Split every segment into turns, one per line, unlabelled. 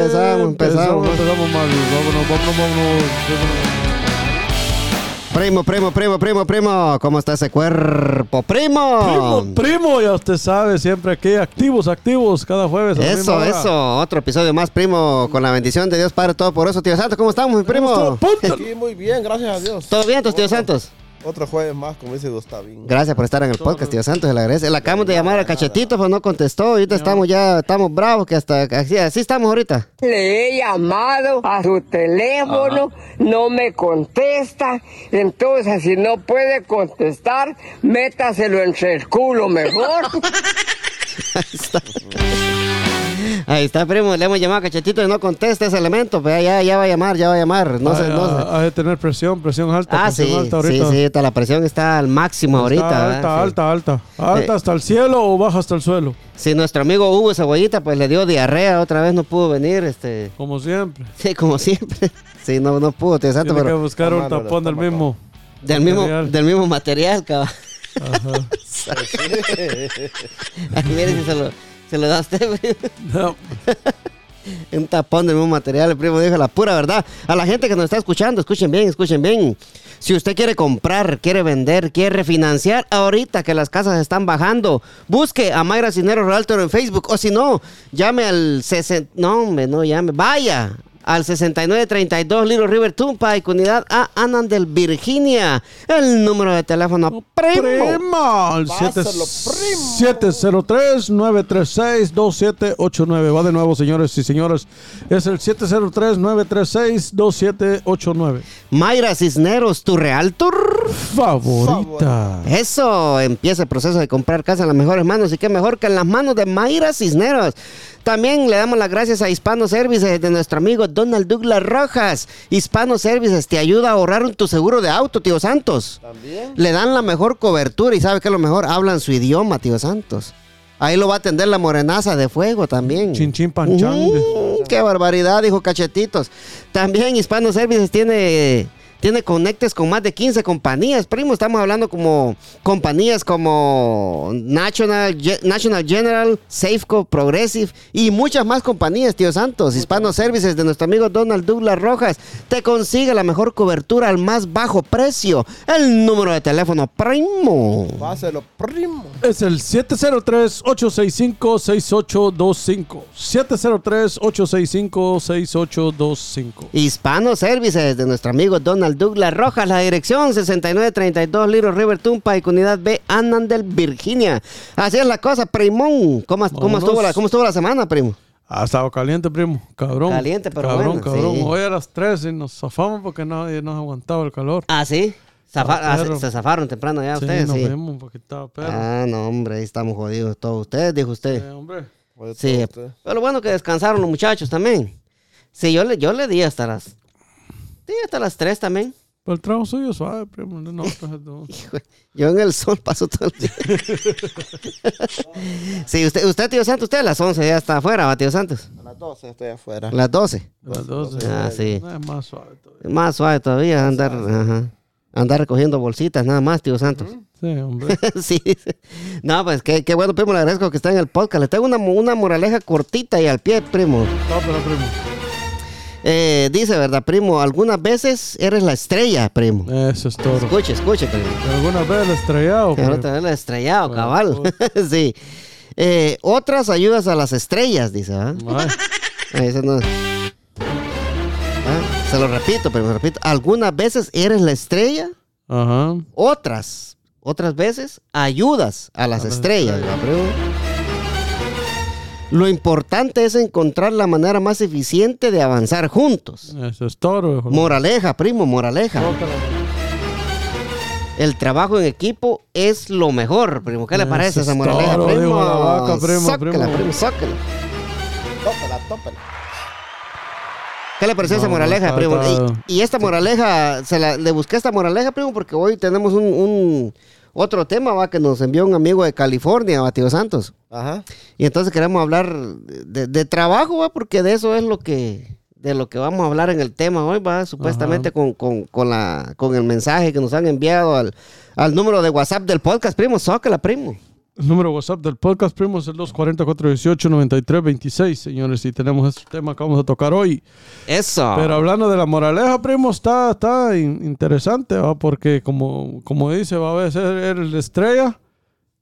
empezamos, empezamos.
Empezamos mal. Vámonos, vámonos, vámonos. vámonos.
Primo, primo, primo, primo, primo. ¿Cómo está ese cuerpo, primo?
Primo, primo, ya usted sabe, siempre aquí, activos, activos, cada jueves. a la misma
Eso,
hora.
eso. Otro episodio más, primo. Con la bendición de Dios Padre Todopoderoso, tío Santos. ¿Cómo estamos, mi primo?
Todo punto.
Aquí muy bien, gracias a Dios.
¿Todo bien, tus tío Santos?
Otro jueves más, como dice Gustavín.
Gracias por estar en el podcast, tío Santos, se le agradece. Le acabamos de llamar a Cachetito, pero no contestó. Ahorita estamos ya, estamos bravos, que hasta así, así estamos ahorita.
Le he llamado a su teléfono, no me contesta. Entonces, si no puede contestar, métaselo entre el culo mejor.
Ahí está, primo, le hemos llamado a Cachetito y no contesta ese elemento. Pues ya, ya va a llamar, ya va a llamar. No sé,
Hay-
no sé.
Hay que tener presión, presión alta.
Ah,
Ah, presión
sí,
alta
sí,
ahorita.
sí, está, la presión está al máximo ahorita.
Está
¿verdad?
alta,
Sí.
alta, alta. Alta
Eh.
hasta el cielo o baja hasta el suelo,
Si nuestro amigo Hugo Cebollita, pues le dio diarrea, otra vez no pudo venir, este.
como siempre.
Sí, como siempre. Sí, no, no pudo, tío Santos,
Tiene que
pero
buscar un
Tomándolo,
tapón del
tómalo.
mismo.
del mismo,
material.
del mismo material, cabrón. Ay, mire si se lo, se lo da a usted, primo.
No.
Un tapón del mismo material, el primo dijo la pura verdad. A la gente que nos está escuchando, escuchen bien, escuchen bien. Si usted quiere comprar, quiere vender, quiere refinanciar, ahorita que las casas están bajando, busque a Mayra Cinero Realtor en Facebook. O si no, llame al 60. No, hombre, no llame. Vaya al 6932 Little River Tumpa y unidad a Anandel, Virginia. El número de teléfono primo.
Primo. El siete-
Pásalo, primo.
703-936-2789. Va de nuevo, señores y señores. Es el 703-936-2789.
Mayra Cisneros, tu Realtor.
Favorita.
Eso, empieza el proceso de comprar casa en las mejores manos y qué mejor que en las manos de Mayra Cisneros. También le damos las gracias a Hispano Services de nuestro amigo Donald Douglas Rojas. Hispano Services te ayuda a ahorrar en tu seguro de auto, tío Santos.
También.
Le dan la mejor cobertura y sabe que lo mejor hablan su idioma, tío Santos. Ahí lo va a atender la morenaza de fuego también.
Chin, chin, pan, chan.
Ujú, Qué barbaridad, dijo Cachetitos. También Hispano Services tiene, tiene conectes con más de 15 compañías, primo. Estamos hablando como compañías como National, Ge- National General, Safeco, Progressive y muchas más compañías, tío Santos. Hispano Services de nuestro amigo Donald Douglas Rojas te consigue la mejor cobertura al más bajo precio. El número de teléfono, primo.
Páselo, primo.
Es el 703-865-6825. 703-865-6825.
Hispano Services de nuestro amigo Donald Douglas Rojas, la dirección 6932 Little River Tumpa y Unidad B, Anandel, Virginia. Así es la cosa, primón. ¿Cómo, cómo,
Vámonos.
estuvo, la, ¿Cómo estuvo la semana, primo?
Ha estado caliente, primo. Cabrón.
Caliente, pero bueno,
Cabrón, cabrón.
sí.
Hoy a las 3 y nos zafamos porque nadie nos aguantaba el calor.
Ah, sí. Zafa-
Ah,
ah, se-
perro.
se zafaron temprano ya
sí,
Ah, ustedes,
nos
sí.
vemos un poquito, pero.
Ah, no, hombre, ahí estamos jodidos todos ustedes, dijo usted.
eh, hombre.
Oye,
Sí,
todo eh. usted.
pero lo bueno que descansaron los muchachos también. Sí, yo le, yo le di hasta las... Sí, hasta las 3 también.
Pero el trago suyo es suave, primo. No, no, no.
Hijo, Yo en el sol paso todo el día. sí, usted, usted, tío Santos, usted a las 11 ya está afuera, ¿va, tío Santos?
A las 12 estoy afuera.
A las 12.
Las 12.
Ah, sí.
eh, No, es más suave todavía.
Es Más suave todavía andar, ajá. andar recogiendo bolsitas, nada más, tío Santos.
Sí, hombre.
sí. No, pues qué, qué bueno, primo, le agradezco que está en el podcast. Le tengo una, mo- una moraleja cortita y al pie, primo.
No, pero primo.
Eh, dice, ¿verdad, primo? Algunas veces eres la estrella, primo.
Eso es todo.
Escuche, escuche, primo.
¿Alguna vez el estrellado?
Que
primo?
ahora te ven estrellado, cabal. sí. Eh, otras ayudas a las estrellas, dice, ¿ah?
Ay,
Eh, eso no- Ah, Se lo repito, pero me repito. Algunas veces eres la estrella,
Ajá.
otras, otras veces ayudas a las
las
estrellas.
estrellas.
¿va, primo? Lo importante es encontrar la manera más eficiente de avanzar juntos.
Eso es todo. hijo.
Moraleja, primo, moraleja. El trabajo en equipo es lo mejor, primo. ¿Qué le
Eso
parece
es
esa moraleja,
todo,
primo?
dijo la vaca, primo,
Sóquela,
primo.
primo, sóquela.
Tópala, tópala.
¿Qué le pareció esa
No,
moraleja,
está-
primo?
está-
Y, y esta moraleja, se la, le busqué esta moraleja, primo, porque hoy tenemos un, un- otro tema, va, que nos envió un amigo de California, va, tío Santos.
Ajá.
Y entonces queremos hablar de, de trabajo, va, porque de eso es lo que, de lo que vamos a hablar en el tema hoy, va, supuestamente con, con- con la, con el mensaje que nos han enviado al, al número de WhatsApp del podcast, primo, sócala, primo.
El número WhatsApp del podcast, primos, es el 244-18-93-26, señores. Y tenemos este tema que vamos a tocar hoy.
Eso.
Pero hablando de la moraleja, primo, está, está in- interesante, ¿va? porque como, como dice, va a veces eres la estrella,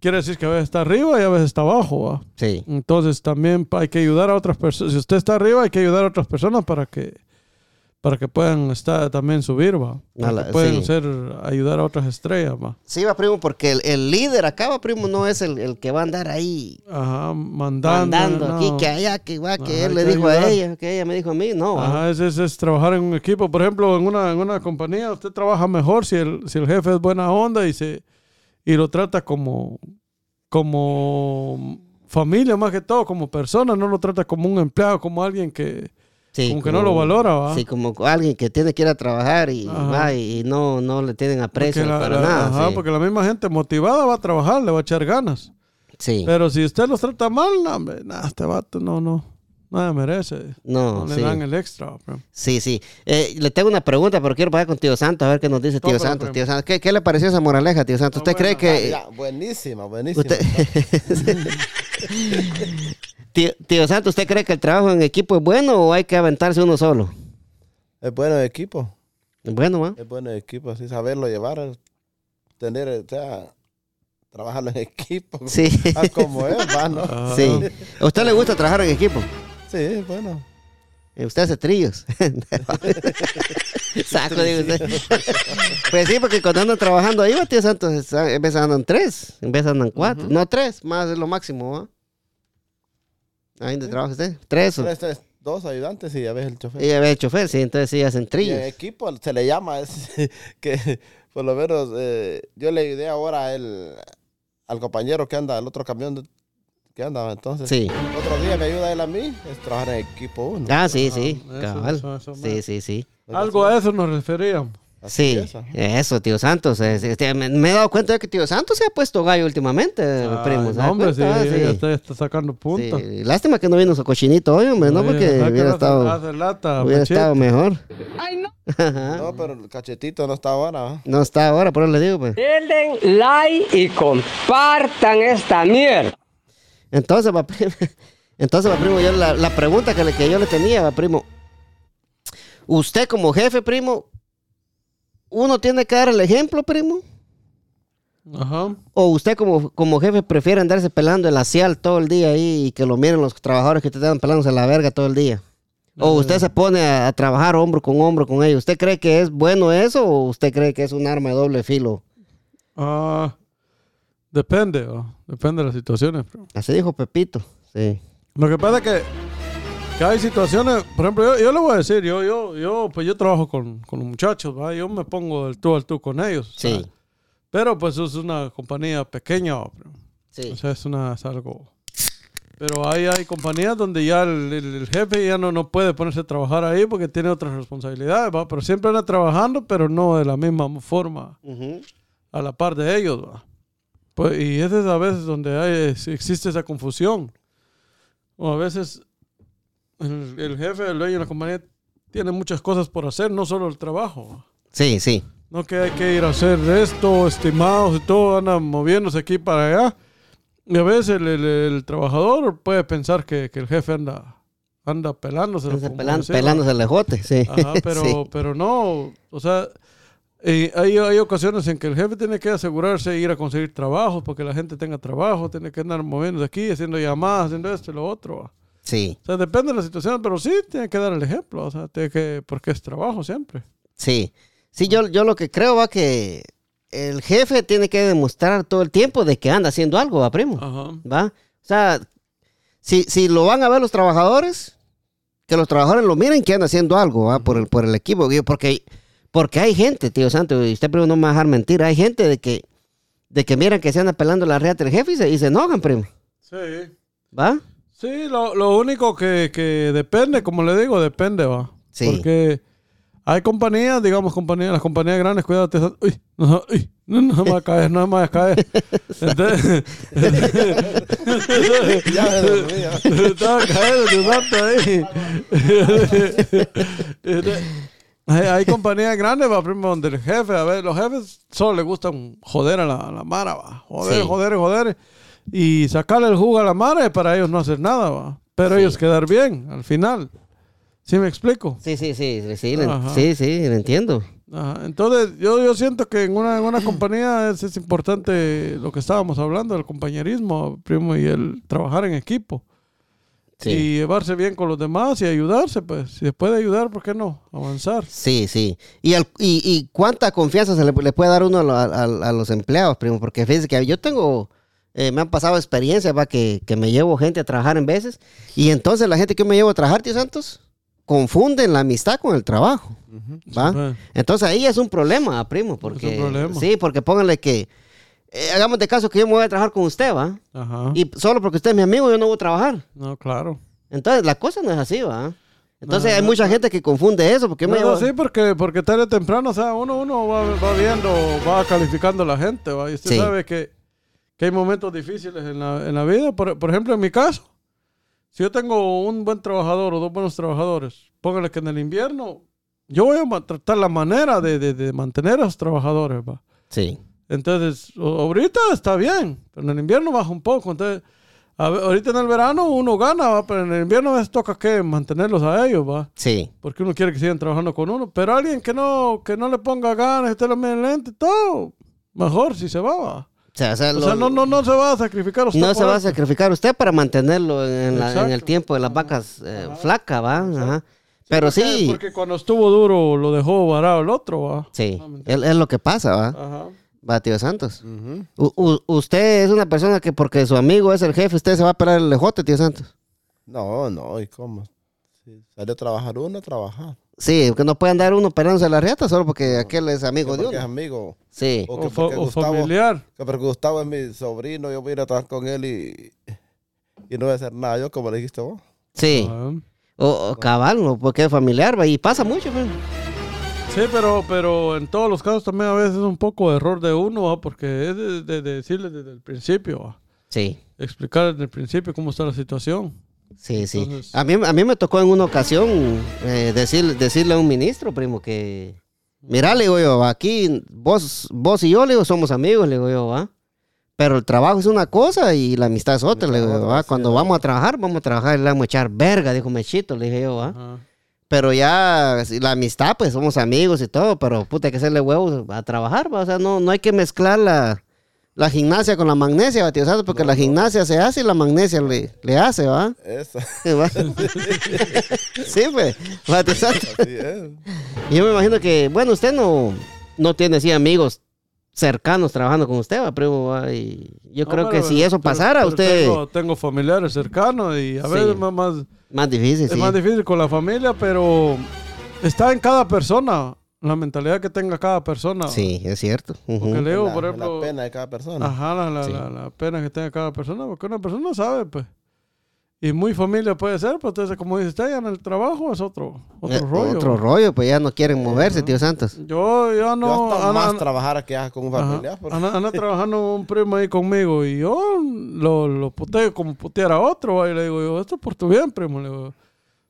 quiere decir que a veces está arriba y a veces está abajo. ¿va?
sí.
Entonces también pa- hay que ayudar a otras personas. Si usted está arriba, hay que ayudar a otras personas para que, para que puedan estar, también subir, ¿va? Para
A la-
que puedan
sí.
ser, ayudar a otras estrellas, ¿va?
Sí, va, primo, porque el, el líder acá, va, primo, no es el, el que va a andar ahí
Ajá, mandando.
andando
no.
aquí, que allá, que va, que
Ajá,
él le
hay que
dijo a
ayudar.
ella, que ella me dijo a mí, no. va.
Ajá, ese, ese es trabajar en un equipo. Por ejemplo, en una, en una compañía usted trabaja mejor si el, si el jefe es buena onda y, se, y lo trata como, como familia más que todo, como persona, no lo trata como un empleado, como alguien que...
Sí,
como que no lo valora, ¿va?
Sí, como alguien que tiene que ir a trabajar y
Ajá.
va y, y no, no le tienen
porque
aprecio
la-
para
la-
nada.
ajá,
sí.
porque la misma gente motivada va a trabajar, le va a echar ganas.
Sí.
Pero si usted los trata mal, no, hombre, nah, este vato no, no, nada merece.
no,
No le
sí.
dan el extra. pues. pero-
Sí, sí. Eh, le tengo una pregunta, pero quiero pasar con Tío Santos a ver qué nos dice Tío
Tómala,
Santos.
primo.
Tío Santos, ¿qué, qué le pareció esa moraleja, Tío Santos?
Está
¿Usted cree
buena.
que
Mira, buenísima, buenísima.
usted Tío, tío Santos, ¿usted cree que el trabajo en equipo es bueno o hay que aventarse uno solo?
Es bueno de equipo.
Bueno, ¿va?
Es bueno de equipo, así saberlo llevar. Tener, o sea, trabajarlo en equipo.
Sí.
Ah, como es, mano.
Ah,
Sí. ¿A usted le gusta trabajar en equipo?
Sí, es bueno.
Eh, Usted hace trillos. Saco, digo usted. pues sí, porque cuando andan trabajando ahí, va, tío Santos, esa- en vez andan tres, en vez andan cuatro. No, tres, más es lo máximo, ¿va? Ahí donde trabaja usted. Tres. o-
Tres, tres, dos ayudantes y ya ves el chofer.
Y a ver, el chofer, sí, entonces sí hacen
Y
trillos.
el equipo se le llama, es que por lo menos eh, yo le ayudé ahora a él, al compañero que anda, el otro camión de- que andaba entonces.
Sí.
Otro día me ayuda él a mí, es trabajar en equipo uno.
Ah, sí, sí,
eso,
cabal.
eso, eso,
Sí, sí, sí.
Algo a eso nos referíamos.
Así
Sí,
es, ajá.
eso, tío Santos. es- este, me, me he dado cuenta de que tío Santos se ha puesto gallo últimamente, primo. ¿se
Ay, Ah, no,
da
hombre, sí,
cuenta? Ah,
ella
Sí,
Está, está sacando punta.
sí. Lástima que no vino su cochinito hoy, hombre, ¿no?
Sí,
Porque
saca
hubiera
la-
estado,
hace lata,
hubiera
machete.
estado mejor.
Ay, no.
Ah.
No, pero el cachetito no está ahora. ¿ah?
No está ahora, por eso le digo, pues.
Denle like y compartan esta mierda.
Entonces, va, primo, entonces, va, primo, yo la, la pregunta que, le- que yo le tenía, va, primo. Usted como jefe, primo, ¿uno tiene que dar el ejemplo, primo?
Ajá.
¿O usted como, como jefe prefiere andarse pelando el asial todo el día ahí y que lo miren los trabajadores que te están pelándose la verga todo el día? ¿O usted se pone a, a trabajar hombro con hombro con ellos? ¿Usted cree que es bueno eso o usted cree que es un arma de doble filo?
Ah, depende, ¿no? depende de las situaciones. pero-
Así dijo Pepito. Sí.
Lo que pasa es que, que hay situaciones, por ejemplo, yo, yo le voy a decir, yo, yo, yo, pues yo trabajo con, con los muchachos, ¿va? yo me pongo del tú al tú con ellos. o sea,
Sí.
Pero pues es una compañía pequeña, ¿va? Pero, o
Sí.
sea, es una, es algo. Pero hay, hay compañías donde ya el, el- el jefe ya no, no puede ponerse a trabajar ahí porque tiene otras responsabilidades, ¿va? Pero siempre anda trabajando, pero no de la misma forma
Ujú.
a la par de ellos. ¿va? Pues, y esa es a veces donde hay, es- existe esa confusión. O a veces el, el jefe, el dueño de la compañía tiene muchas cosas por hacer, no solo el trabajo. ¿va?
Sí, sí.
No que hay que ir a hacer esto, estimados y todo, andan moviéndose aquí para allá. Y a veces el, el- el trabajador puede pensar que, que el jefe anda, anda pelándose.
Entonces,
como
pelan-
decir, ¿va?
pelándose el ejote. Sí.
Ajá, pero,
Sí.
pero no, o sea, eh, hay, hay ocasiones en que el jefe tiene que asegurarse de ir a conseguir trabajo, porque la gente tenga trabajo, tiene que andar moviéndose aquí, haciendo llamadas, haciendo esto y lo otro. ¿va?
Sí.
O sea, depende de la situación, pero sí tiene que dar el ejemplo, o sea, tiene que, porque es trabajo siempre.
Sí. Sí, yo, yo lo que creo va que el jefe tiene que demostrar todo el tiempo de que anda haciendo algo, va, primo.
Ajá.
¿Va? O sea, si, si lo van a ver los trabajadores, que los trabajadores lo miren que anda haciendo algo, ¿va? Por el, por el equipo. digo, Porque, porque hay gente, tío Santo, y usted primo no me va a dejar mentir, hay gente de que, de que miran que se anda pelando la reata del jefe y se, y se enojan, primo.
Sí.
¿Va?
Sí, lo, lo único que, que depende, como le digo, depende, va.
Sí.
Porque hay compañías, digamos, compañías, las compañías grandes, cuidado, te están- uy, no, uy, no, no me va a caer, no me va a caer. Entonces,
Ya me dormía.
te estaba cayendo tu santo ahí. Entonces, hay, hay compañías grandes, va, primo, donde el jefe, a ver, los jefes solo les gustan joder a la, a la mara, va. Joder,
Sí.
joder, joder. y sacarle el jugo a la madre para ellos no hacer nada, va. Pero ellos quedar bien al final. ¿Sí me explico?
Sí, sí, sí, sí, sí, lo en-
Ajá.
sí, sí, lo entiendo.
Ajá. Entonces, yo, yo siento que en una, en una compañía es, es importante lo que estábamos hablando, el compañerismo, primo, y el trabajar en equipo.
Sí.
Y llevarse bien con los demás y ayudarse, pues. Si se puede ayudar, ¿por qué no? Avanzar.
Sí, sí. ¿Y, al- y, y cuánta confianza se le, le puede dar uno a, lo- a- a los empleados, primo? Porque fíjense que yo tengo, eh, me han pasado experiencias, va, que, que me llevo gente a trabajar en veces. Y entonces la gente que me llevo a trabajar, tío Santos, confunden la amistad con el trabajo. ¿va?
Ujú.
Entonces ahí es un problema, primo. Porque,
problema.
Sí, porque pónganle que, eh, hagamos de caso que yo me voy a trabajar con usted, ¿va?
Ajá.
Y solo porque usted es mi amigo, yo no voy a trabajar.
No, claro.
Entonces, la cosa no es así, ¿va? Entonces,
No,
hay
no.
mucha gente que confunde eso, porque
No,
me
no,
llevo-
sí, porque, porque tarde o temprano, o sea, uno, uno va, va viendo, va calificando a la gente, ¿va? Y usted
Sí.
sabe que, que hay momentos difíciles en la, en la vida. Por, por ejemplo, en mi caso, si yo tengo un buen trabajador o dos buenos trabajadores, póngale que en el invierno, yo voy a ma- tratar la manera de, de- de mantener a los trabajadores, ¿va?
Sí.
Entonces, o- ahorita está bien, pero en el invierno baja un poco. Entonces, a ve- ahorita en el verano uno gana, ¿va? Pero en el invierno a veces toca que mantenerlos a ellos, ¿va?
Sí.
porque uno quiere que sigan trabajando con uno, pero alguien que no, que no le ponga ganas, esté lo mire lente y todo, mejor si se va. va.
O sea, o sea,
O
lo-
sea, no, no, no se va a sacrificar usted.
no
por
se va a
eso.
sacrificar usted para mantenerlo en, la- en el
Exacto.
tiempo de las vacas eh, flacas, ¿va? Ajá. Pero
Porque-
sí,
Porque cuando estuvo duro lo dejó varado el otro, va.
sí, es, es lo que pasa, ¿va?
Ajá.
Va, tío Santos. U- u- usted es una persona que porque su amigo es el jefe, usted se va a pelar el lejote, tío Santos.
No, no, ¿y cómo? Si salió a trabajar uno, a trabajar.
Sí, que no puede andar uno pelándose la riata solo porque aquel es amigo de
Porque es
uno.
amigo.
Sí,
O,
que
fa-
porque
o familiar.
que porque Gustavo es mi sobrino, yo voy a ir a trabajar con él y, y no voy a hacer nada. Yo, como le dijiste vos.
sí.
Ajá.
O, o cabal, o porque es familiar, ¿va? Y pasa mucho, pues.
Sí, pero, pero en todos los casos también a veces es un poco error de uno, va, porque es de, de- de decirle desde el principio, va.
Sí.
explicar desde el principio cómo está la situación.
Sí, sí.
Entonces-
a, mí, a mí me tocó en una ocasión eh, decir, decirle a un ministro, primo, que, mira, le digo yo, aquí vos, vos y yo, le digo, somos amigos, le digo yo, va. Pero el trabajo es una cosa y la amistad es otra, le digo yo, va. Cuando vamos a trabajar, vamos a trabajar y le vamos a echar verga, dijo Mechito, le dije yo, va.
Ajá.
Pero ya, si la amistad, pues somos amigos y todo, pero puta, hay que hacerle huevos a trabajar, va. O sea, no, no hay que mezclar la, la gimnasia con la magnesia, va, tío, ¿sabes? Porque la gimnasia se hace y la magnesia le, le hace, va.
Esa,
Va. sí, pues. va, te salta.
así es.
Yo me imagino que, bueno, usted no, no tiene así amigos cercanos trabajando con usted, va, primo. va, y yo
No,
creo que
pero-
si eso
pero-
pasara,
pero
usted
Tengo, tengo familiares cercanos y a
Sí.
veces más- más
más difícil,
Es
sí.
más difícil con la familia, pero está en cada persona, la mentalidad que tenga cada persona.
Sí, es cierto. ujú.
Porque le digo,
la,
por
la
ejemplo,
pena de cada persona.
ajá, la, la-
Sí.
la- la pena que tenga cada persona, porque una persona sabe, pues. Y muy familia puede ser, pues entonces, como dice usted, ya en el trabajo es otro, otro
Eh,
rollo.
Otro rollo, pues ya no quieren moverse, tío Santos.
Yo, yo
Yo
no.
hasta
anda-
más
anda-
trabajar que hagas con un
ajá,
familiar.
pues.
porque-
anda- anda trabajando un primo ahí conmigo y yo lo, lo puteo como puteara a otro, ahí le digo yo, esto es por tu bien, primo, le digo.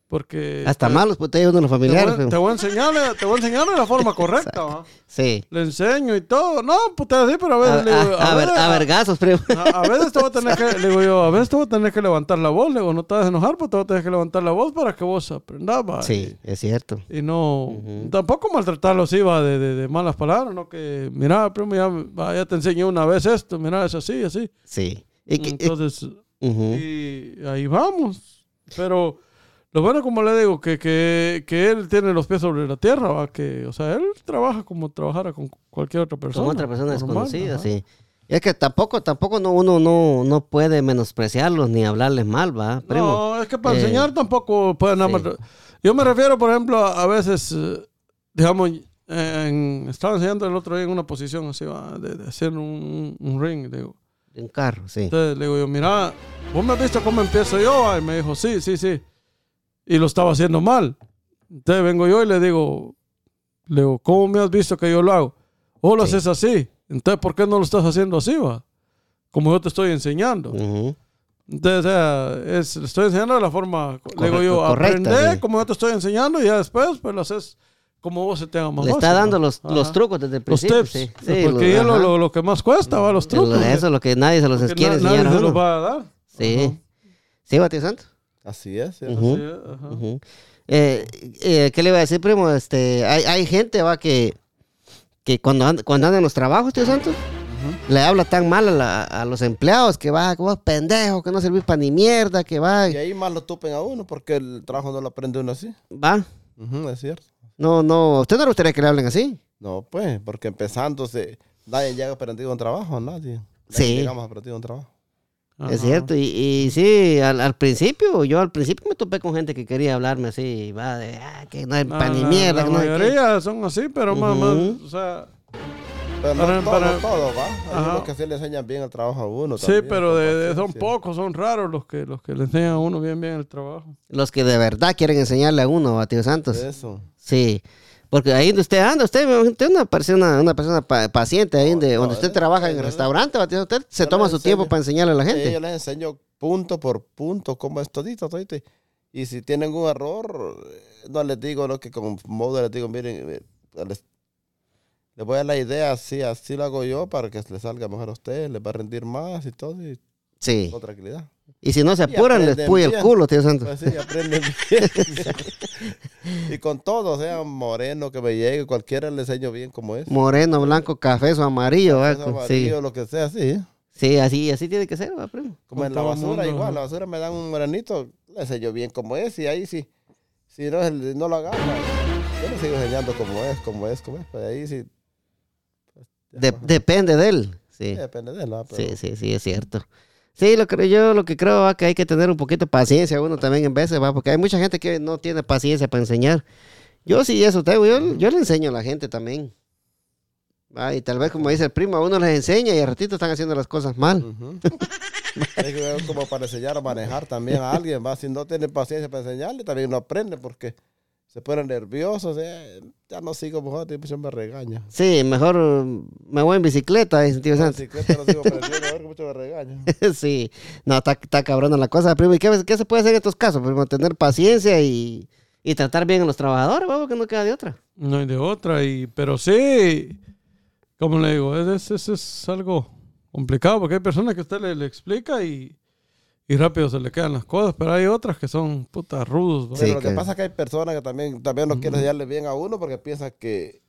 Porque.
Hasta malos, pues te uno de los
Te voy,
familiares.
a- te
primo.
voy a enseñar, te voy a enseñar de la forma correcta, ¿va?
Sí.
Le enseño y todo. No, puta, sí, pero a veces
A,
le digo,
a- a ver, a vergazos, primo.
a- a veces te voy a tener que, le digo yo, a veces te voy a tener que levantar la voz, le digo, no te vas a enojar, pero te voy a tener que levantar la voz para que vos aprendas, va.
Sí, es cierto.
Y no, tampoco maltratarlo así, va, de, de- de malas palabras, ¿no? Que, mira, primo, ya, va, ya te enseñé una vez esto, mira, es así, así.
Sí. Y que- y-
Entonces,
ujú.
y ahí vamos. Pero lo bueno, como le digo, que, que, que él tiene los pies sobre la tierra, ¿va? Que, o sea, él trabaja como trabajara con cualquier otra persona.
Como otra persona
normal,
desconocida,
ajá.
sí. Y es que tampoco, tampoco no, uno no, no puede menospreciarlos ni hablarles mal, ¿va? Primo.
No, es que para
eh,
enseñar tampoco pueden
sí.
amar- Yo me refiero, por ejemplo, a, a veces, eh, digamos, en- estaba enseñando el otro día en una posición así, ¿va? De, de hacer un, un ring, digo.
Un carro, sí.
Entonces le digo yo, mira, vos me has visto cómo empiezo yo. va?" Y me dijo, sí, sí, sí. Y lo estaba haciendo mal. Entonces vengo yo y le digo, le digo, ¿cómo me has visto que yo lo hago? Vos lo
Sí.
haces así. Entonces, ¿por qué no lo estás haciendo así, va? Como yo te estoy enseñando.
Ujú.
Entonces, o sea, es- le estoy enseñando de la forma, le digo yo,
Correcto, correcta,
aprende
sí.
como yo te estoy enseñando y ya después, pues lo haces como vos se te haga más
Le está
fácil,
dando
¿no?
los, los
Ajá.
trucos desde el
Los
principio.
tips.
sí. Sí, los-
porque es lo,
ajá.
lo- lo que más cuesta, va, los trucos.
Eso pues, es lo que nadie se los
que
quiere
na-
enseñar.
nadie
a
se los
uno.
va a dar.
Sí. Sí, Bati Santo.
Así es. ¿sí?
Ujú.
Sí, ajá.
Ujú. Eh, eh, ¿Qué le iba a decir, primo? Este, hay, hay gente, va, que, que cuando, and- cuando andan en los trabajos, tío Santos, le habla tan mal a, la- a los empleados que va, que vos pendejo, que no servís para ni mierda, que va,
Y ahí más lo tupen a uno porque el trabajo no lo aprende uno así.
va.
Ujú, es cierto.
No, no, ¿a usted no le gustaría que le hablen así?
No, pues, porque empezando se- nadie llega aprendido en trabajo, nadie. Nadie
Sí.
Llegamos aprendido en trabajo.
Es
Ajá.
cierto, y, y sí, al, al principio, yo al principio me topé con gente que quería hablarme así, va, de, ah, que no hay
La-
pan ni
la-
mierda,
La
que no hay qué".
mayoría son así, pero más, más, o sea,
Pero no
Para-
todo,
para-
no todo, ¿va? Hay
Ajá.
unos que sí le enseñan bien el trabajo a uno
sí,
Pues también,
pero
con
de- de- son
paciencia.
pocos, son raros los que los que le enseñan a uno bien bien el trabajo.
Los que de verdad quieren enseñarle a uno, a tío Santos.
Eso.
Sí, porque ahí donde usted anda, usted, me imagino, usted es una persona, una persona pa- paciente, ahí donde, donde usted trabaja en el restaurante, Batista, usted se
Yo
toma
les
su tiempo
enseño.
para enseñarle a la
Sí, yo
gente.
les enseño punto por punto cómo es todito, todito. Y si tienen un error, eh, no les digo lo que como modo les digo, miren, eh, les, les voy a dar la idea así, así lo hago yo para que les salga mejor a ustedes, les va a rendir más y todo, y
Sí,
con tranquilidad.
y si no se
Y
apuran, les
aprenden
puya el
bien.
culo, tío Santos.
Pues sí, aprenden bien. y con todo, sea moreno que me llegue, cualquiera le enseño bien cómo es.
Moreno, blanco, café, o amarillo, ¿va?
Es amarillo, lo que sea, sí.
sí, sí, así, así tiene que ser, ¿va, primo.
Como
Con
en la
todo
basura,
mundo,
igual,
ajá.
la basura me dan un morenito, le enseño bien como es, y ahí sí, si no, el- no lo agarra, yo le sigo enseñando como es, como es, como es, pues ahí sí. pues, ya
De-
baja.
depende de él. Sí.
Sí, depende de él, ¿no? Pero
Sí, sí, sí, es cierto. Sí, lo creo, yo lo que creo va que hay que tener un poquito de paciencia uno también en veces, va, porque hay mucha gente que no tiene paciencia para enseñar. Yo sí eso tengo, yo, yo le enseño a la gente también. Va, y tal vez como dice el primo, a uno les enseña y al ratito están haciendo las cosas mal.
ujú. Es que es como para enseñar a manejar también a alguien, va, si no tienen paciencia para enseñarle, también no aprende porque se ponen nerviosos, eh, ya no sigo mejor, tipo, siempre me regaña.
Sí, mejor mm, me voy en bicicleta, dice tío
La
Santos.
bicicleta no sigo aprendiendo, a ver que mucho me regaña.
Sí, no, está, está cabrona la cosa, primo. ¿Y qué, qué se puede hacer en estos casos? Primo, tener paciencia y, y tratar bien a los trabajadores, vamos, que no queda de otra.
No hay de otra y pero sí, como le digo, es, es, es- es algo complicado porque hay personas que usted le, le explica y, y rápido se le quedan las cosas, pero hay otras que son putas rudos. ¿va?
Sí,
Pero lo que,
que-
pasa es que hay personas que también, también no quieren darle bien a uno porque piensan que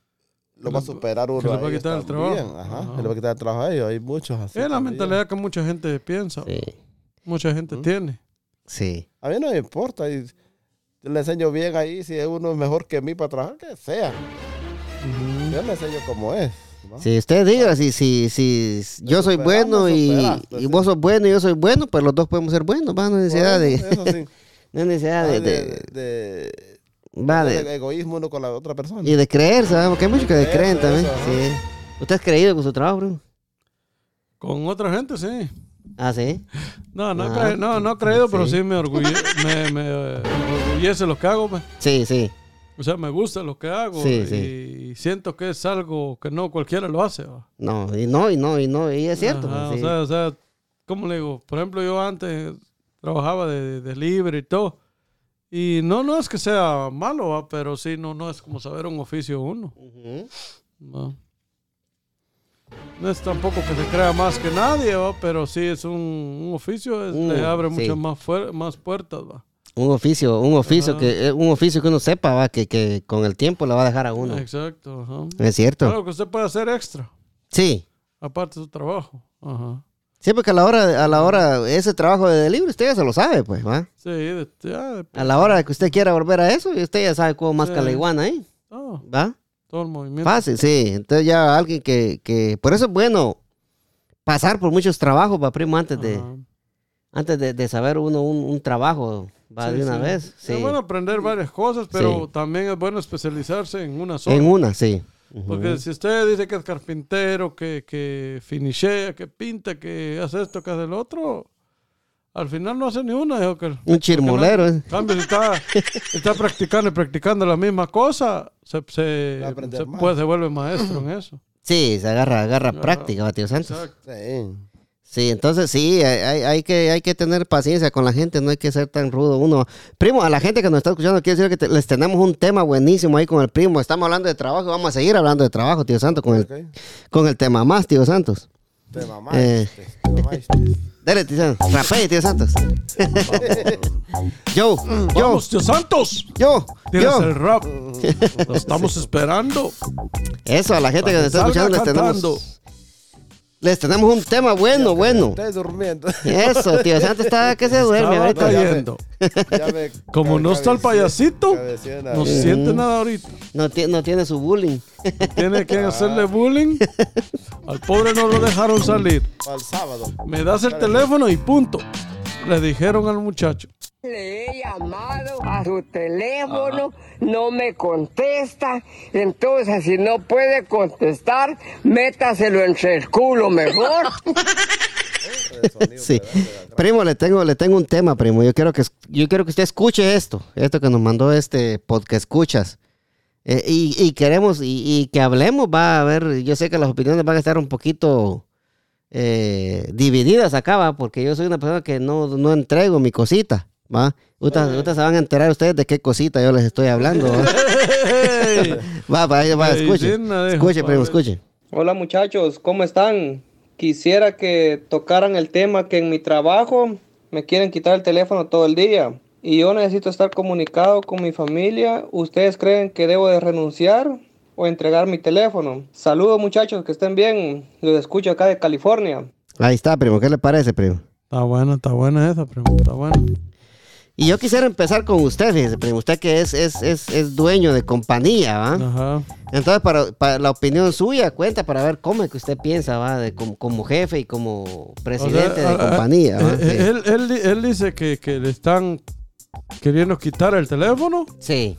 lo va a superar uno.
que le va a
ellos
quitar el
también.
trabajo.
Ajá,
Ajá.
que le va a quitar el trabajo a ellos. Hay muchos así.
es la
también.
mentalidad que mucha gente piensa,
Sí,
mucha gente tiene.
sí.
A mí no me importa. Y yo le enseño bien ahí. Si es uno mejor que mí para trabajar, que sea. Yo le enseño cómo es. ¿no?
Si usted diga, si, si, si yo soy
superamos,
bueno y,
superaste,
y
sí.
vos sos bueno y yo soy bueno, pues los dos podemos ser buenos, va, no hay necesidad de,
Eso sí.
no hay necesidad de,
De,
de-
de-
va, de-
de egoísmo uno con la otra persona.
y de creerse, ¿verdad? porque hay muchos que
De
creen
creerse,
también,
eso, ajá.
sí. ¿Usted es creído con su trabajo, bro?
Con otra gente sí.
Ah, sí.
No, no,
Ah,
he cre- no, no he creído, pero
sí.
sí me, orgulle me, me, eh, orgullece lo que hago. pues.
Sí, sí.
O sea, me gusta lo que hago
Sí,
y, y siento que es algo que no cualquiera lo hace. ¿va?
No, y no, y no, y no, y es cierto. pues,
Ajá,
sí.
o, sea, o sea, ¿cómo le digo? Por ejemplo, yo antes trabajaba de, de libre y todo. Y no, no es que sea malo, ¿va? pero sí, no, no es como saber un oficio uno.
Ujú.
¿va? No es tampoco que se crea más que nadie, ¿va? pero sí es un, un oficio, es-
Mm,
le abre
sí.
muchas más, fuer- más puertas. ¿va?
Un oficio, un oficio
Ajá.
que, eh, un oficio que uno sepa, va, que, que con el tiempo la va a dejar a uno.
Exacto. ajá.
Es cierto.
Algo que usted puede hacer extra,
Sí.
aparte de su trabajo. Ajá.
Sí, porque a la hora, a la hora, ese trabajo de delivery usted ya se lo sabe, pues, ¿va?
Sí, de- ya, de-
A la hora que usted quiera volver a eso, y usted ya sabe cómo más
Sí.
que la iguana ahí,
todo,
¿va?
todo el movimiento.
Fácil, sí. Entonces ya alguien que, que... Por eso es bueno pasar por muchos trabajos, va, primo, antes de,
Ajá.
antes de, de saber uno un, un trabajo, va,
Sí,
de una
sí.
vez. Sí.
Es bueno aprender varias cosas, pero
Sí.
también es bueno especializarse en una sola.
En una, sí. Ujú.
Porque si usted dice que es carpintero, que, que finishea, que pinta, que hace esto, que hace el otro, al final no hace ni una, Joker. Porque no-
chirmolero, eh.
En cambio, si está, está practicando y practicando la misma cosa, se, se,
Va a aprender
se
más.
puede, se vuelve maestro en eso.
Sí, se agarra, agarra
Ah,
práctica, va, tío Santos.
Exacto.
Sí.
Sí, entonces sí, hay, hay- hay que, hay que tener paciencia con la gente, no hay que ser tan rudo uno. Primo, a la gente que nos está escuchando, quiero decir que te- les tenemos un tema buenísimo ahí con el primo. Estamos hablando de trabajo, vamos a seguir hablando de trabajo, tío Santos, con el,
Ok.
con el tema más, tío Santos.
Te mamaste,
Eh.
te mamaste.
Dale, tío Santos. Rapé, tío Santos. yo, yo,
Vamos, tío Santos.
yo,
Tienes
yo.
el rap. Lo estamos esperando.
Eso, a la gente que nos está
Salga
escuchando, este, les
cantando.
tenemos, les tenemos un tema bueno, bueno.
Estoy durmiendo.
Eso, tío Santos está que se duerme
Estaba
ahorita.
ya.
cayendo.
Ya me
Como
ca-
no está el
cabece-
payasito,
cabeceé en la-
no siente nada ahorita.
No, tie- no tiene su bullying.
Tiene que hacerle bullying. Al pobre no lo dejaron salir.
Al sábado.
Me das el teléfono y punto. Le dijeron al muchacho.
Le he llamado a su teléfono, no me contesta. Entonces, si no puede contestar, métaselo entre el culo mejor.
Sí. Primo, le tengo, le tengo un tema, primo. Yo quiero que es- yo quiero que usted escuche esto, esto que nos mandó este podcast escuchas. Eh, y, y queremos, y, y que hablemos, va a ver, yo sé que las opiniones van a estar un poquito eh, divididas acá, va, porque yo soy una persona que no, no entrego mi cosita, va. Ustedes ustedes se van a enterar ustedes de qué cosita yo les estoy hablando. Va, va, va, va, escuche,
Medicina, dijo,
escuche, primo,
padre.
escuche.
Hola muchachos, ¿cómo están? Quisiera que tocaran el tema que en mi trabajo me quieren quitar el teléfono todo el día y yo necesito estar comunicado con mi familia. ¿Ustedes creen que debo de renunciar o entregar mi teléfono? Saludos muchachos, que estén bien. Los escucho acá de California.
Ahí está, primo, ¿qué le parece, primo?
Está buena, está buena esa pregunta. Está buena.
Y yo quisiera empezar con usted, fíjese, primo. Usted que es, es, es, es dueño de compañía, ¿va?
Ajá.
Entonces, para, para la opinión suya, cuenta para ver cómo es que usted piensa, ¿va? De, como, como jefe y como
O sea,
presidente de
ah, ah,
compañía, ¿va?
eh, eh, Él, él di- él dice que, que le están queriendo quitar el teléfono, eh,
Sí.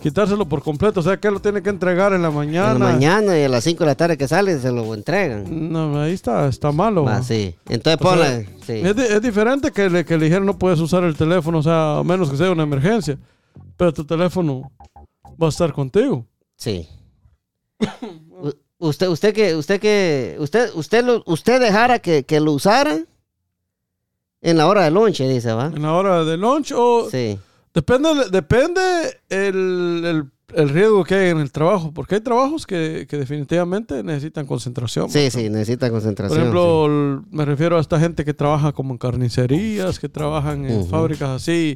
quitárselo por completo. O sea, que él lo tiene que entregar en la
En
mañana.
la mañana y a las 5 de la tarde que sale se lo entregan.
No, ahí está, está malo.
Va,
¿no?
sí. Entonces,
O sea,
ponle. Sí.
es, di- es diferente que le, que le dijeron no puedes usar el teléfono, o sea, a menos que sea una emergencia. Pero tu teléfono va a estar contigo.
Sí. U- usted, usted que, usted que, usted, usted, lo, usted dejara que, que lo usaran en la hora de lonche, dice, ¿va?
En la hora de lunch o...
Sí.
Depende, depende el, el- el riesgo que hay en el trabajo, porque hay trabajos que, que definitivamente necesitan concentración.
Sí, sí, necesita
Por
concentración.
ejemplo, el- me refiero a esta gente que trabaja como en carnicerías, que trabajan en
Ujú.
fábricas así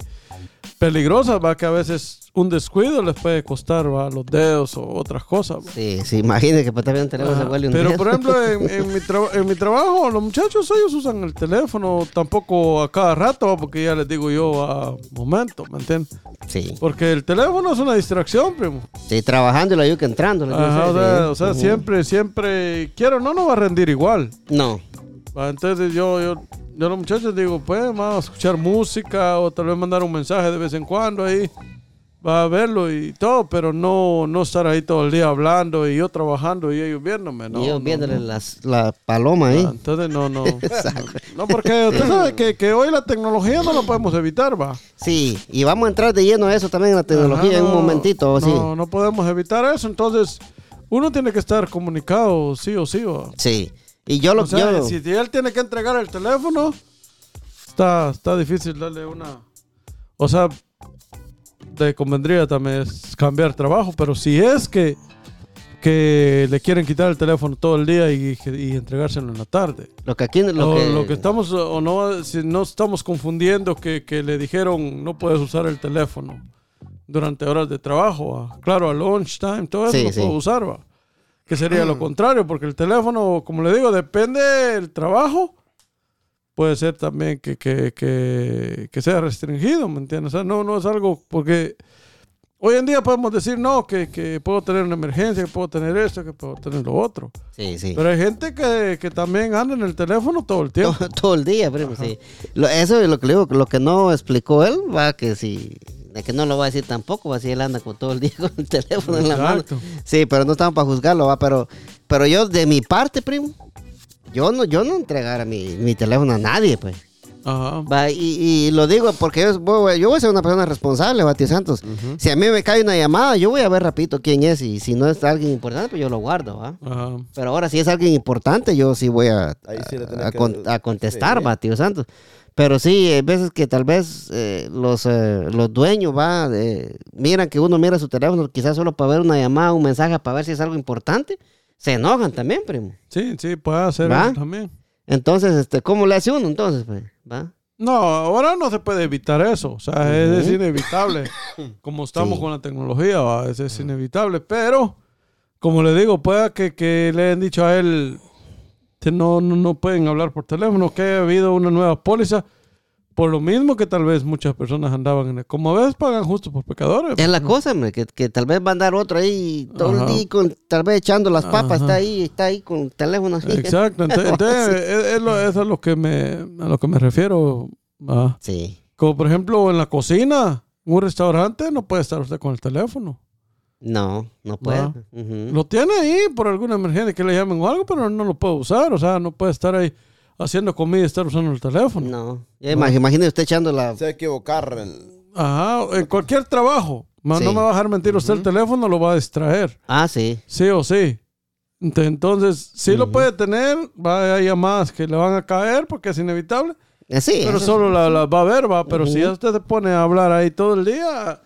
peligrosas, va que a veces un descuido les puede costar ¿va? los dedos o otras cosas. ¿va?
Sí, sí, imagínese que para también tenemos
Ajá.
se vuelve un
Ah, Pero
dedo.
por ejemplo, en, en mi traba- en mi trabajo, los muchachos ellos usan el teléfono tampoco a cada rato, ¿va? porque ya les digo yo a momento, ¿me entiendes?
Sí,
Porque el teléfono es una distracción, primo.
sí, trabajando y la yuca entrando. le digo,
Ajá,
sí,
o sea, o
sí.
sea,
Ujú.
siempre, siempre, quiero, no, no va a rendir igual.
No,
Ah, Entonces yo, yo, yo a los muchachos digo, pues vamos a escuchar música o tal vez mandar un mensaje de vez en cuando ahí. Va a verlo y todo, pero no, no estar ahí todo el día hablando y yo trabajando y ellos viéndome, ¿no?
y yo
no,
viéndole
no.
las- la paloma
Ah,
ahí.
Entonces no, no. No, porque usted sabe que, que hoy la tecnología no la podemos evitar, va.
Sí, y vamos a entrar de lleno a eso también en la tecnología
Ajá,
en un
no,
momentito.
No,
¿o sí?
no podemos evitar eso, entonces uno tiene que estar comunicado sí o sí, va.
Sí, y yo lo
O sea,
yo-
si él tiene que entregar el teléfono, está, está difícil darle una. O sea, te convendría también es cambiar trabajo, pero si es que, que le quieren quitar el teléfono todo el día y, y entregárselo en la tarde.
lo que aquí lo
o
que,
lo que estamos, o no, si no estamos confundiendo que, que le dijeron no puedes usar el teléfono durante horas de trabajo, ah. claro, a lunchtime, todo eso
Sí,
lo
sí.
puedo usar, va. que sería lo contrario, porque el teléfono, como le digo, depende del trabajo, puede ser también que, que, que, que sea restringido, ¿me entiendes? O sea, no, no es algo, porque hoy en día podemos decir, no, que, que puedo tener una emergencia, que puedo tener esto, que puedo tener lo otro.
Sí, sí.
Pero hay gente que, que también anda en el teléfono todo el tiempo.
todo, todo el día, primo, sí. Lo- eso es lo que le digo, lo que no explicó él, va que si, de que no lo va a decir tampoco, va si él anda con todo el día con el teléfono en la mano.
Exacto.
Sí, pero no estamos para juzgarlo, va, pero, pero yo de mi parte, primo, yo no, yo no entregara mi, mi teléfono a nadie, pues.
Ajá.
Va, y, y lo digo porque yo voy, yo voy a ser una persona responsable, Bati Santos. Si a mí me cae una llamada, yo voy a ver rapidito quién es y si no es alguien importante, pues yo lo guardo, ¿va?
Ajá.
Pero ahora si es alguien importante, yo sí voy a,
Ahí sí le
a-
tenés
a
que-
con- a contestar,
sí.
va, tío Santos. Pero sí, hay veces que tal vez eh, los, eh, los dueños va, de- miran que uno mira su teléfono, quizás solo para ver una llamada, un mensaje, para ver si es algo importante, se enojan también, primo.
Sí, sí, puede hacer
¿Va?
eso también.
Entonces, este, ¿cómo le hace uno entonces? Pues, ¿va?
No, ahora no se puede evitar eso. O sea, es, es inevitable. Como estamos
Sí.
con la tecnología, va, es, es inevitable. Pero, como le digo, pueda que, que le hayan dicho a él que no, no, no pueden hablar por teléfono, que haya habido una nueva póliza. Por lo mismo que tal vez muchas personas andaban en el... Como a veces pagan justo por pecadores.
Es la cosa, hombre, que, que tal vez va a andar otro ahí todo
Ajá.
el día, con, tal vez echando las papas,
Ajá.
está ahí, está ahí con el teléfono así.
Exacto. Ente- Entonces, es- es lo- eso es lo que me, a lo que me refiero. ah.
Sí.
Como por ejemplo en la cocina, un restaurante, no puede estar usted con el teléfono.
No, no puedo.
Va. Lo tiene ahí por alguna emergencia que le llamen o algo, pero no lo puede usar. O sea, no puede estar ahí haciendo comida y estar usando el teléfono.
pues No. Ya ima- Imagínese usted echando la...
Se va a equivocar. el-
Ajá, en cualquier trabajo. ma-
Sí.
No me va a dejar mentir, usted el teléfono lo va a distraer.
Ah, sí.
Sí o sí. Ent- Entonces, sí lo puede tener, va a llamadas que le van a caer porque es inevitable,
Eh, Sí.
pero
eso-
solo la, la va a ver, va. Pero si ya usted se pone a hablar ahí todo el día,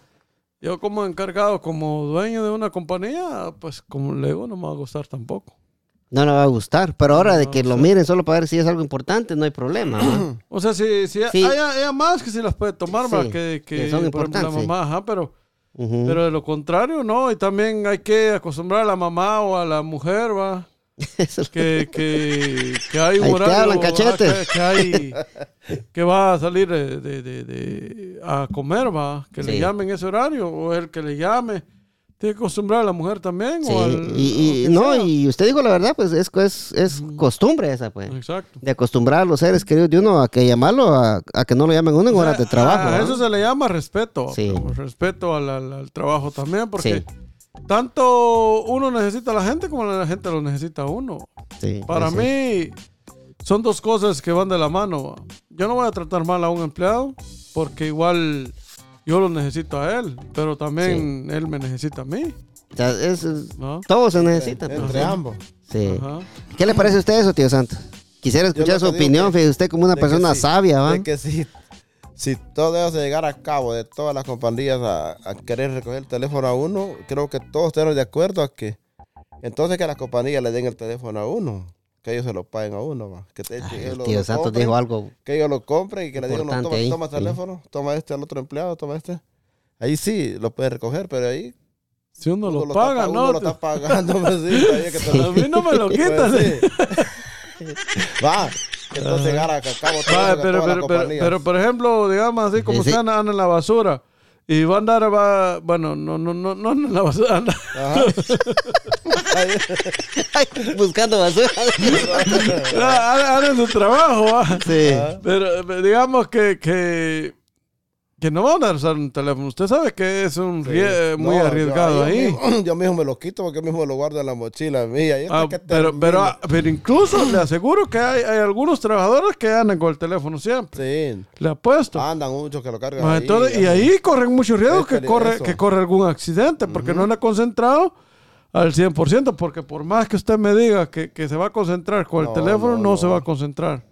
yo como encargado, como dueño de una compañía, pues como le digo, no me va a gustar tampoco.
No le va a gustar. Pero ahora de que lo miren solo para ver si es algo importante, no hay problema. ¿no?
O sea, si, si
Sí.
hay, hay más que si las puede tomar,
Sí,
¿verdad? que, que,
que son
por ejemplo, la
importantes.
mamá, ajá, pero,
Ujú.
pero de lo contrario, no. Y también hay que acostumbrar a la mamá o a la mujer, ¿va?
Eso es lo-
Que, que, que hay
Ahí
un
te
horario.
hablan,
¿va?
cachete.
Que, que hay- que va a salir de, de- de- de- a comer, ¿va? Que le
Sí.
llamen ese horario o el que le llame. Tiene que acostumbrar a la mujer también.
Sí,
o al-
y, y-
o que
no,
sea.
y usted dijo la verdad, pues es, es, es costumbre esa, pues.
Exacto.
De acostumbrar a los seres queridos de uno a que llamarlo, a, a que no lo llamen uno en horas de trabajo.
Ah, A
¿no?
eso se le llama respeto.
Sí.
pero Respeto al, al- al trabajo también, porque
Sí.
tanto uno necesita a la gente como la gente lo necesita a uno.
Sí,
Para
sí.
mí son dos cosas que van de la mano. Yo no voy a tratar mal a un empleado porque igual yo lo necesito a él, pero también él me necesita a mí.
O sea, es- es-
¿no?
todo se necesita. pues.
Entre ambos.
Sí.
Ajá.
¿Qué le parece a usted eso, tío Santos? Quisiera
Yo
escuchar
lo
su
que digo
opinión,
que-
fíjese usted como una
de que
persona
sí,
sabia, ¿va?
de que si, si todo eso se llegara a cabo de todas las compañías a, a querer recoger el teléfono a uno, creo que todos tenemos de acuerdo a que entonces que las compañías le den el teléfono a uno, que ellos se lo paguen a uno, va. Que, te- que
Ay,
ellos
el
lo-
tío
lo
Santos
compren,
dijo algo.
que ellos lo compren y que le digan, no,
importante
toma,
ahí,
toma el
sí.
teléfono, toma este al otro empleado, toma este. Ahí sí lo puedes recoger, pero ahí
Si uno,
uno
lo, paga,
está, pa-
¿no?
uno lo está pagando, pues, sí, todavía que te lo-
A mí no me lo
pues,
quitas.
sí. Va, que entonces llegara a cabo todo
Va,
eso
pero,
que todas las
pero, pero,
compañías.
pero, por ejemplo, digamos así, como
Sí, sí.
se andan en la basura y van a andar, va, bueno, no, no, no, no en la basura, anda-
Ajá.
Ay, buscando basura.
anda- anda en su trabajo, va.
sí.
Pero eh, digamos que, que, que no van a usar un teléfono. Usted sabe que es un rie- eh, muy
No, yo-
arriesgado
yo
ahí.
mismo- yo mismo me lo quito porque yo mismo lo guardo en la mochila mía. Y hasta
Ah,
que
pero,
termine.
pero, ah, pero incluso le aseguro que hay, hay algunos trabajadores que andan con el teléfono siempre.
Sí.
Le apuesto.
Andan muchos que lo cargan.
Más
Ah, ahí,
entonces, ah, y
ajá.
ahí corren muchos riesgos que
Es
corre,
peligroso.
que corre algún accidente porque no anda concentrado al 100%. Porque por más que usted me diga que, que se va a concentrar con el
No,
teléfono,
no,
no, se
no.
va a concentrar.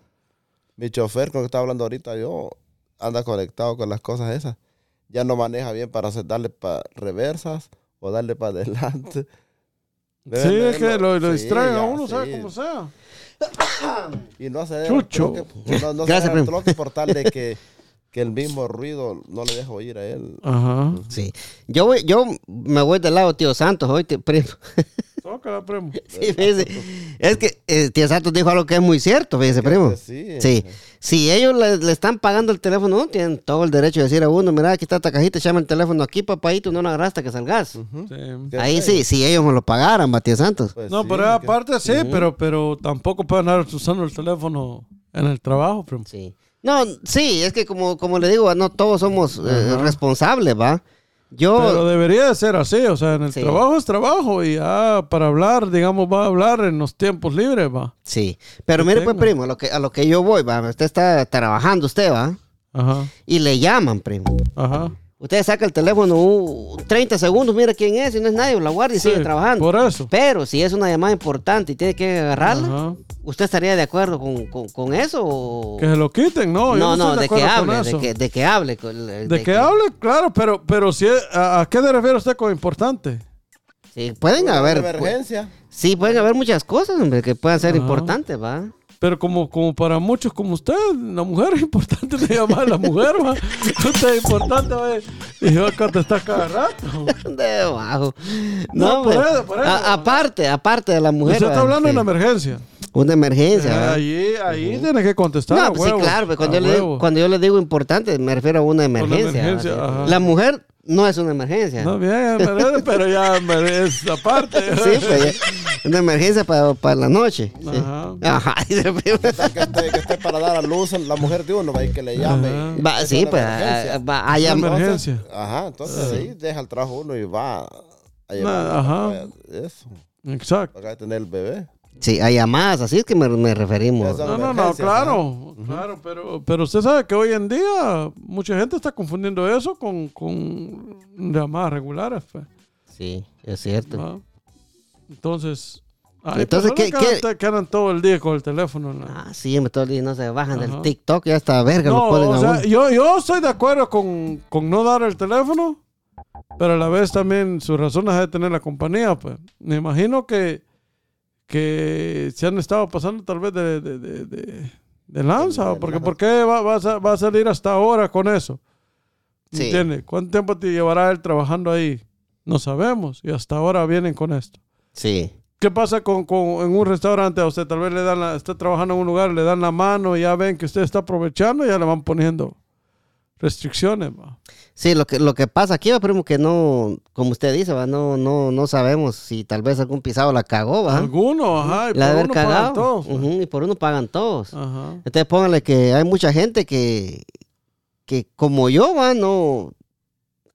Mi chofer con el que estaba hablando ahorita, yo anda conectado con las cosas esas. Ya no maneja bien para hacer- darle para reversas o darle para adelante.
Sí, es que lo, lo
Sí,
distraen a
ya,
uno,
sí.
sabe cómo sea.
Y no hacer
Chucho.
troque- no, no
Gracias,
hacer el
primo.
troque por tal de que, que el mismo ruido no le deja oír a él.
Ajá.
Sí. Yo, voy- yo me voy del lado, tío Santos, hoy, te- primo.
Tócala, primo.
Sí, fíjese. Es que eh, tío Santos dijo algo que es muy cierto, fíjese, primo.
que sí. eh.
Sí. Si ellos le, le están pagando el teléfono, ¿no? tienen todo el derecho de decir a uno, mira, aquí está esta cajita, llama el teléfono aquí, papadito, no lo agarras hasta que salgas.
Sí.
¿Qué
Ahí
tal?
sí, si ellos me lo pagaran, Matías Santos.
Pues
No,
sí,
pero
que-
aparte sí, pero, pero tampoco pueden andar usando el teléfono en el trabajo, primo.
Sí. No, sí, es que como, como le digo, no todos somos eh, responsables, ¿va? Yo,
Pero debería de ser así, o sea, en el
Sí.
trabajo es trabajo y ya para hablar, digamos, va a hablar en los tiempos libres, va.
sí. Pero
Yo
mire, pues,
tengo.
primo, a lo que, a lo que yo voy, va. Usted está trabajando, usted, va.
Ajá,
Y le llaman, primo.
ajá.
Usted saca el teléfono uh, 30 segundos, mira quién es, y no es nadie, la guardia y
Sí,
sigue trabajando.
por eso.
Pero si es una llamada importante y tiene que agarrarla,
Ajá.
¿usted estaría de acuerdo con, con- con eso? o-
Que se lo quiten, no. yo
no, no,
estoy
de, que
acuerdo
hable,
con
de
eso.
que, de que hable, con-
De que hable, claro, pero, pero si es- ¿a, a qué se refiere usted con importante?
Sí, pueden haber. pu-
emergencia.
sí, pueden haber muchas cosas hombre, que puedan ser importantes, ¿va?
Pero como, como para muchos como usted, la mujer es importante, le llama a la mujer, va. Usted es importante, va. Y yo contestar cada rato.
De bajo.
No, por
hombre.
eso, por eso.
A- aparte, aparte de la mujer.
Usted está
¿va?
hablando de
Sí.
una emergencia.
Una emergencia, ¿va?
Ahí, ahí tiene que contestar. a
No, pues
huevo,
sí, claro, pues,
a
cuando, yo le,
huevo.
digo- cuando yo le digo importante, me refiero a una emergencia.
emergencia,
¿verdad?
ajá.
La mujer no es una emergencia.
No, bien, pero- pero ya merece aparte.
Sí, pues, ya, una emergencia para, para la noche. sí.
Ajá.
Ajá. dice, pues, primo.
Que esté, que esté para dar a luz a la mujer de uno, va, y que le llame.
Ajá.
Va,
Es
sí,
una
pues
emergencia.
ah, va, hay am-
Una emergencia.
Ajá, entonces ahí deja el trabajo uno y va a
Nah, ajá.
llevar eso.
Exacto.
Acá de tener el bebé.
sí, hay llamadas, así es que me, me referimos.
Esa-
No, no, no,
emergencias,
claro, claro, pero, pero usted sabe que hoy en día mucha gente está confundiendo eso con, con llamadas regulares. pues,
Sí, es cierto.
¿va? Entonces, hay
Entonces,
personas
¿qué-
que
qué-
andan- que andan todo el día con el teléfono. en la-
Ah, sí, me todo el día no se bajan del
Ajá.
TikTok, ya está verga, lo
No,
ponen a
o sea,
uno.
yo, yo estoy de acuerdo con, con no dar el teléfono, pero a la vez también sus razones de tener la compañía, pues. Me imagino que, que se han estado pasando tal vez de, de, de- de- de lanza, porque ¿por qué va, va a sa- va a salir hasta ahora con eso?
Sí.
¿Entiendes? ¿Cuánto tiempo te llevará él trabajando ahí? No sabemos, y hasta ahora vienen con esto.
Sí.
¿Qué pasa con, con- en un restaurante? A usted tal vez le dan la, está trabajando en un lugar, le dan la mano, ya ven que usted está aprovechando, ya le van poniendo restricciones. ma.
Sí, lo que, lo que pasa aquí, va, primo, que no, como usted dice, va, no, no, no sabemos si tal vez algún pisado la cagó, va.
Algunos, ajá, y
Ah. la de
por
haber
uno pagan
cagado.
todos, pues. Ah. ma.
Ujú, y por uno pagan todos.
Ajá.
Entonces póngale que hay mucha gente que, que como yo, va, no,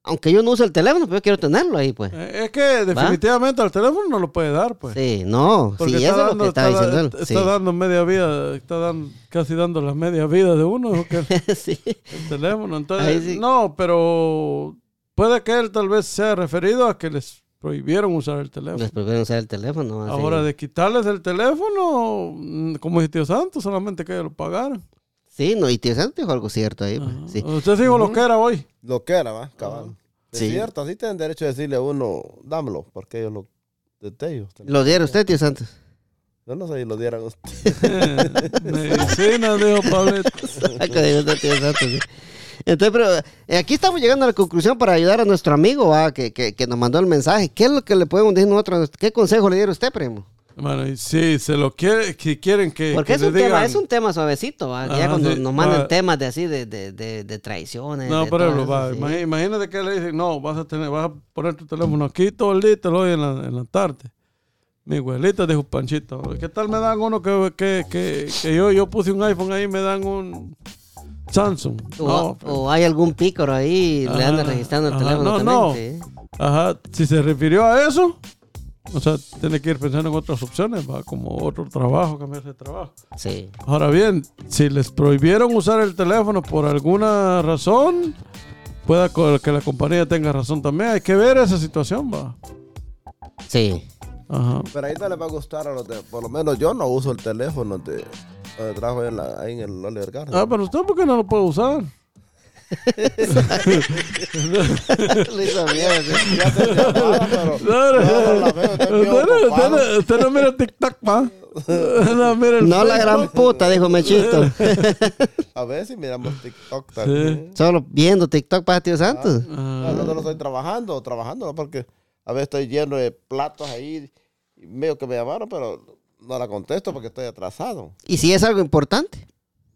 aunque yo no use el teléfono, pero yo quiero tenerlo ahí, pues.
Eh, Es que definitivamente al teléfono no lo puede dar, pues.
Sí, no,
Porque
sí,
está
eso es lo
dando-
que estaba
está da-
diciendo él.
está dando media vida, está dando, casi dando la media vida de uno. ¿o qué?
sí.
El teléfono, entonces.
Ahí sí.
No, pero puede que él tal vez sea referido a que les prohibieron usar el teléfono.
Les prefiero usar el teléfono. va, sí.
Ahora, de quitarles el teléfono, mm, como dice Tío Santo, solamente que lo pagaran.
Sí, no, y Tío Santo dijo algo cierto ahí, pues.
Ajá.
Sí.
Usted dijo lo que era hoy.
Lo que era, ¿va? Cabal. Es
Sí.
cierto, así tienen derecho a decirle a uno, dámelo, porque ellos lo detallan.
¿Lo diera usted, Tío Santos?
Yo no sé si lo dieran usted.
Eh, Medicina, dijo Pablito.
Saco de onda, tío Santos, sí. Entonces, pero eh, aquí estamos llegando a la conclusión para ayudar a nuestro amigo ¿va? Que, que, que nos mandó el mensaje. ¿Qué es lo que le podemos decir nosotros? ¿Qué consejo le diera usted, primo?
Bueno, y sí, se lo quiere, que quieren que.
Porque
que
es
le
un, tema,
digan-
es un tema suavecito, ¿va? Que ya
Ajá,
cuando
sí,
nos mandan
va.
temas de así, de, de, de, de traiciones.
No,
de
por ejemplo,
todo
va,
eso, sí.
imagi- imagínate que le dicen, no, vas a tener, vas a poner tu teléfono aquí todo el día y te lo doy en la, en la tarde. Mi abuelita dijo Panchito, ¿qué tal me dan uno que, que, que, que yo, yo puse un iPhone ahí y me dan un Samsung?
O,
No,
o hay algún pícaro ahí, le anda
Ajá,
registrando el
ajá,
teléfono
no,
también.
no.
sí.
Ajá, si se refirió a eso, o sea, tiene que ir pensando en otras opciones, va, como otro trabajo, cambiarse de trabajo.
Sí.
Ahora bien, si les prohibieron usar el teléfono por alguna razón, pueda co- que la compañía tenga razón también. Hay que ver esa situación, va.
Sí.
Ajá.
Pero ahí no le va a gustar a los de, por lo menos yo no uso el teléfono de, donde trabajo en la- ahí en el Oliver Garden.
Ah, pero usted, ¿por qué no lo puede usar?
Lo hizo bien, sí.
Ya te llamaba, pero
No, no,
no, no la veo, estoy bien
usted, no, usted
ocupado.
no- usted no mira TikTok, va. No mira el
No la
Facebook.
gran puta, dijo Mechito.
A veces miramos TikTok también.
Solo viendo TikTok para Tío Santos.
No, no, no estoy trabajando, trabajando, ¿no? porque a veces estoy lleno de platos ahí, y medio que me llamaron, pero no la contesto porque estoy atrasado.
Y si es algo importante.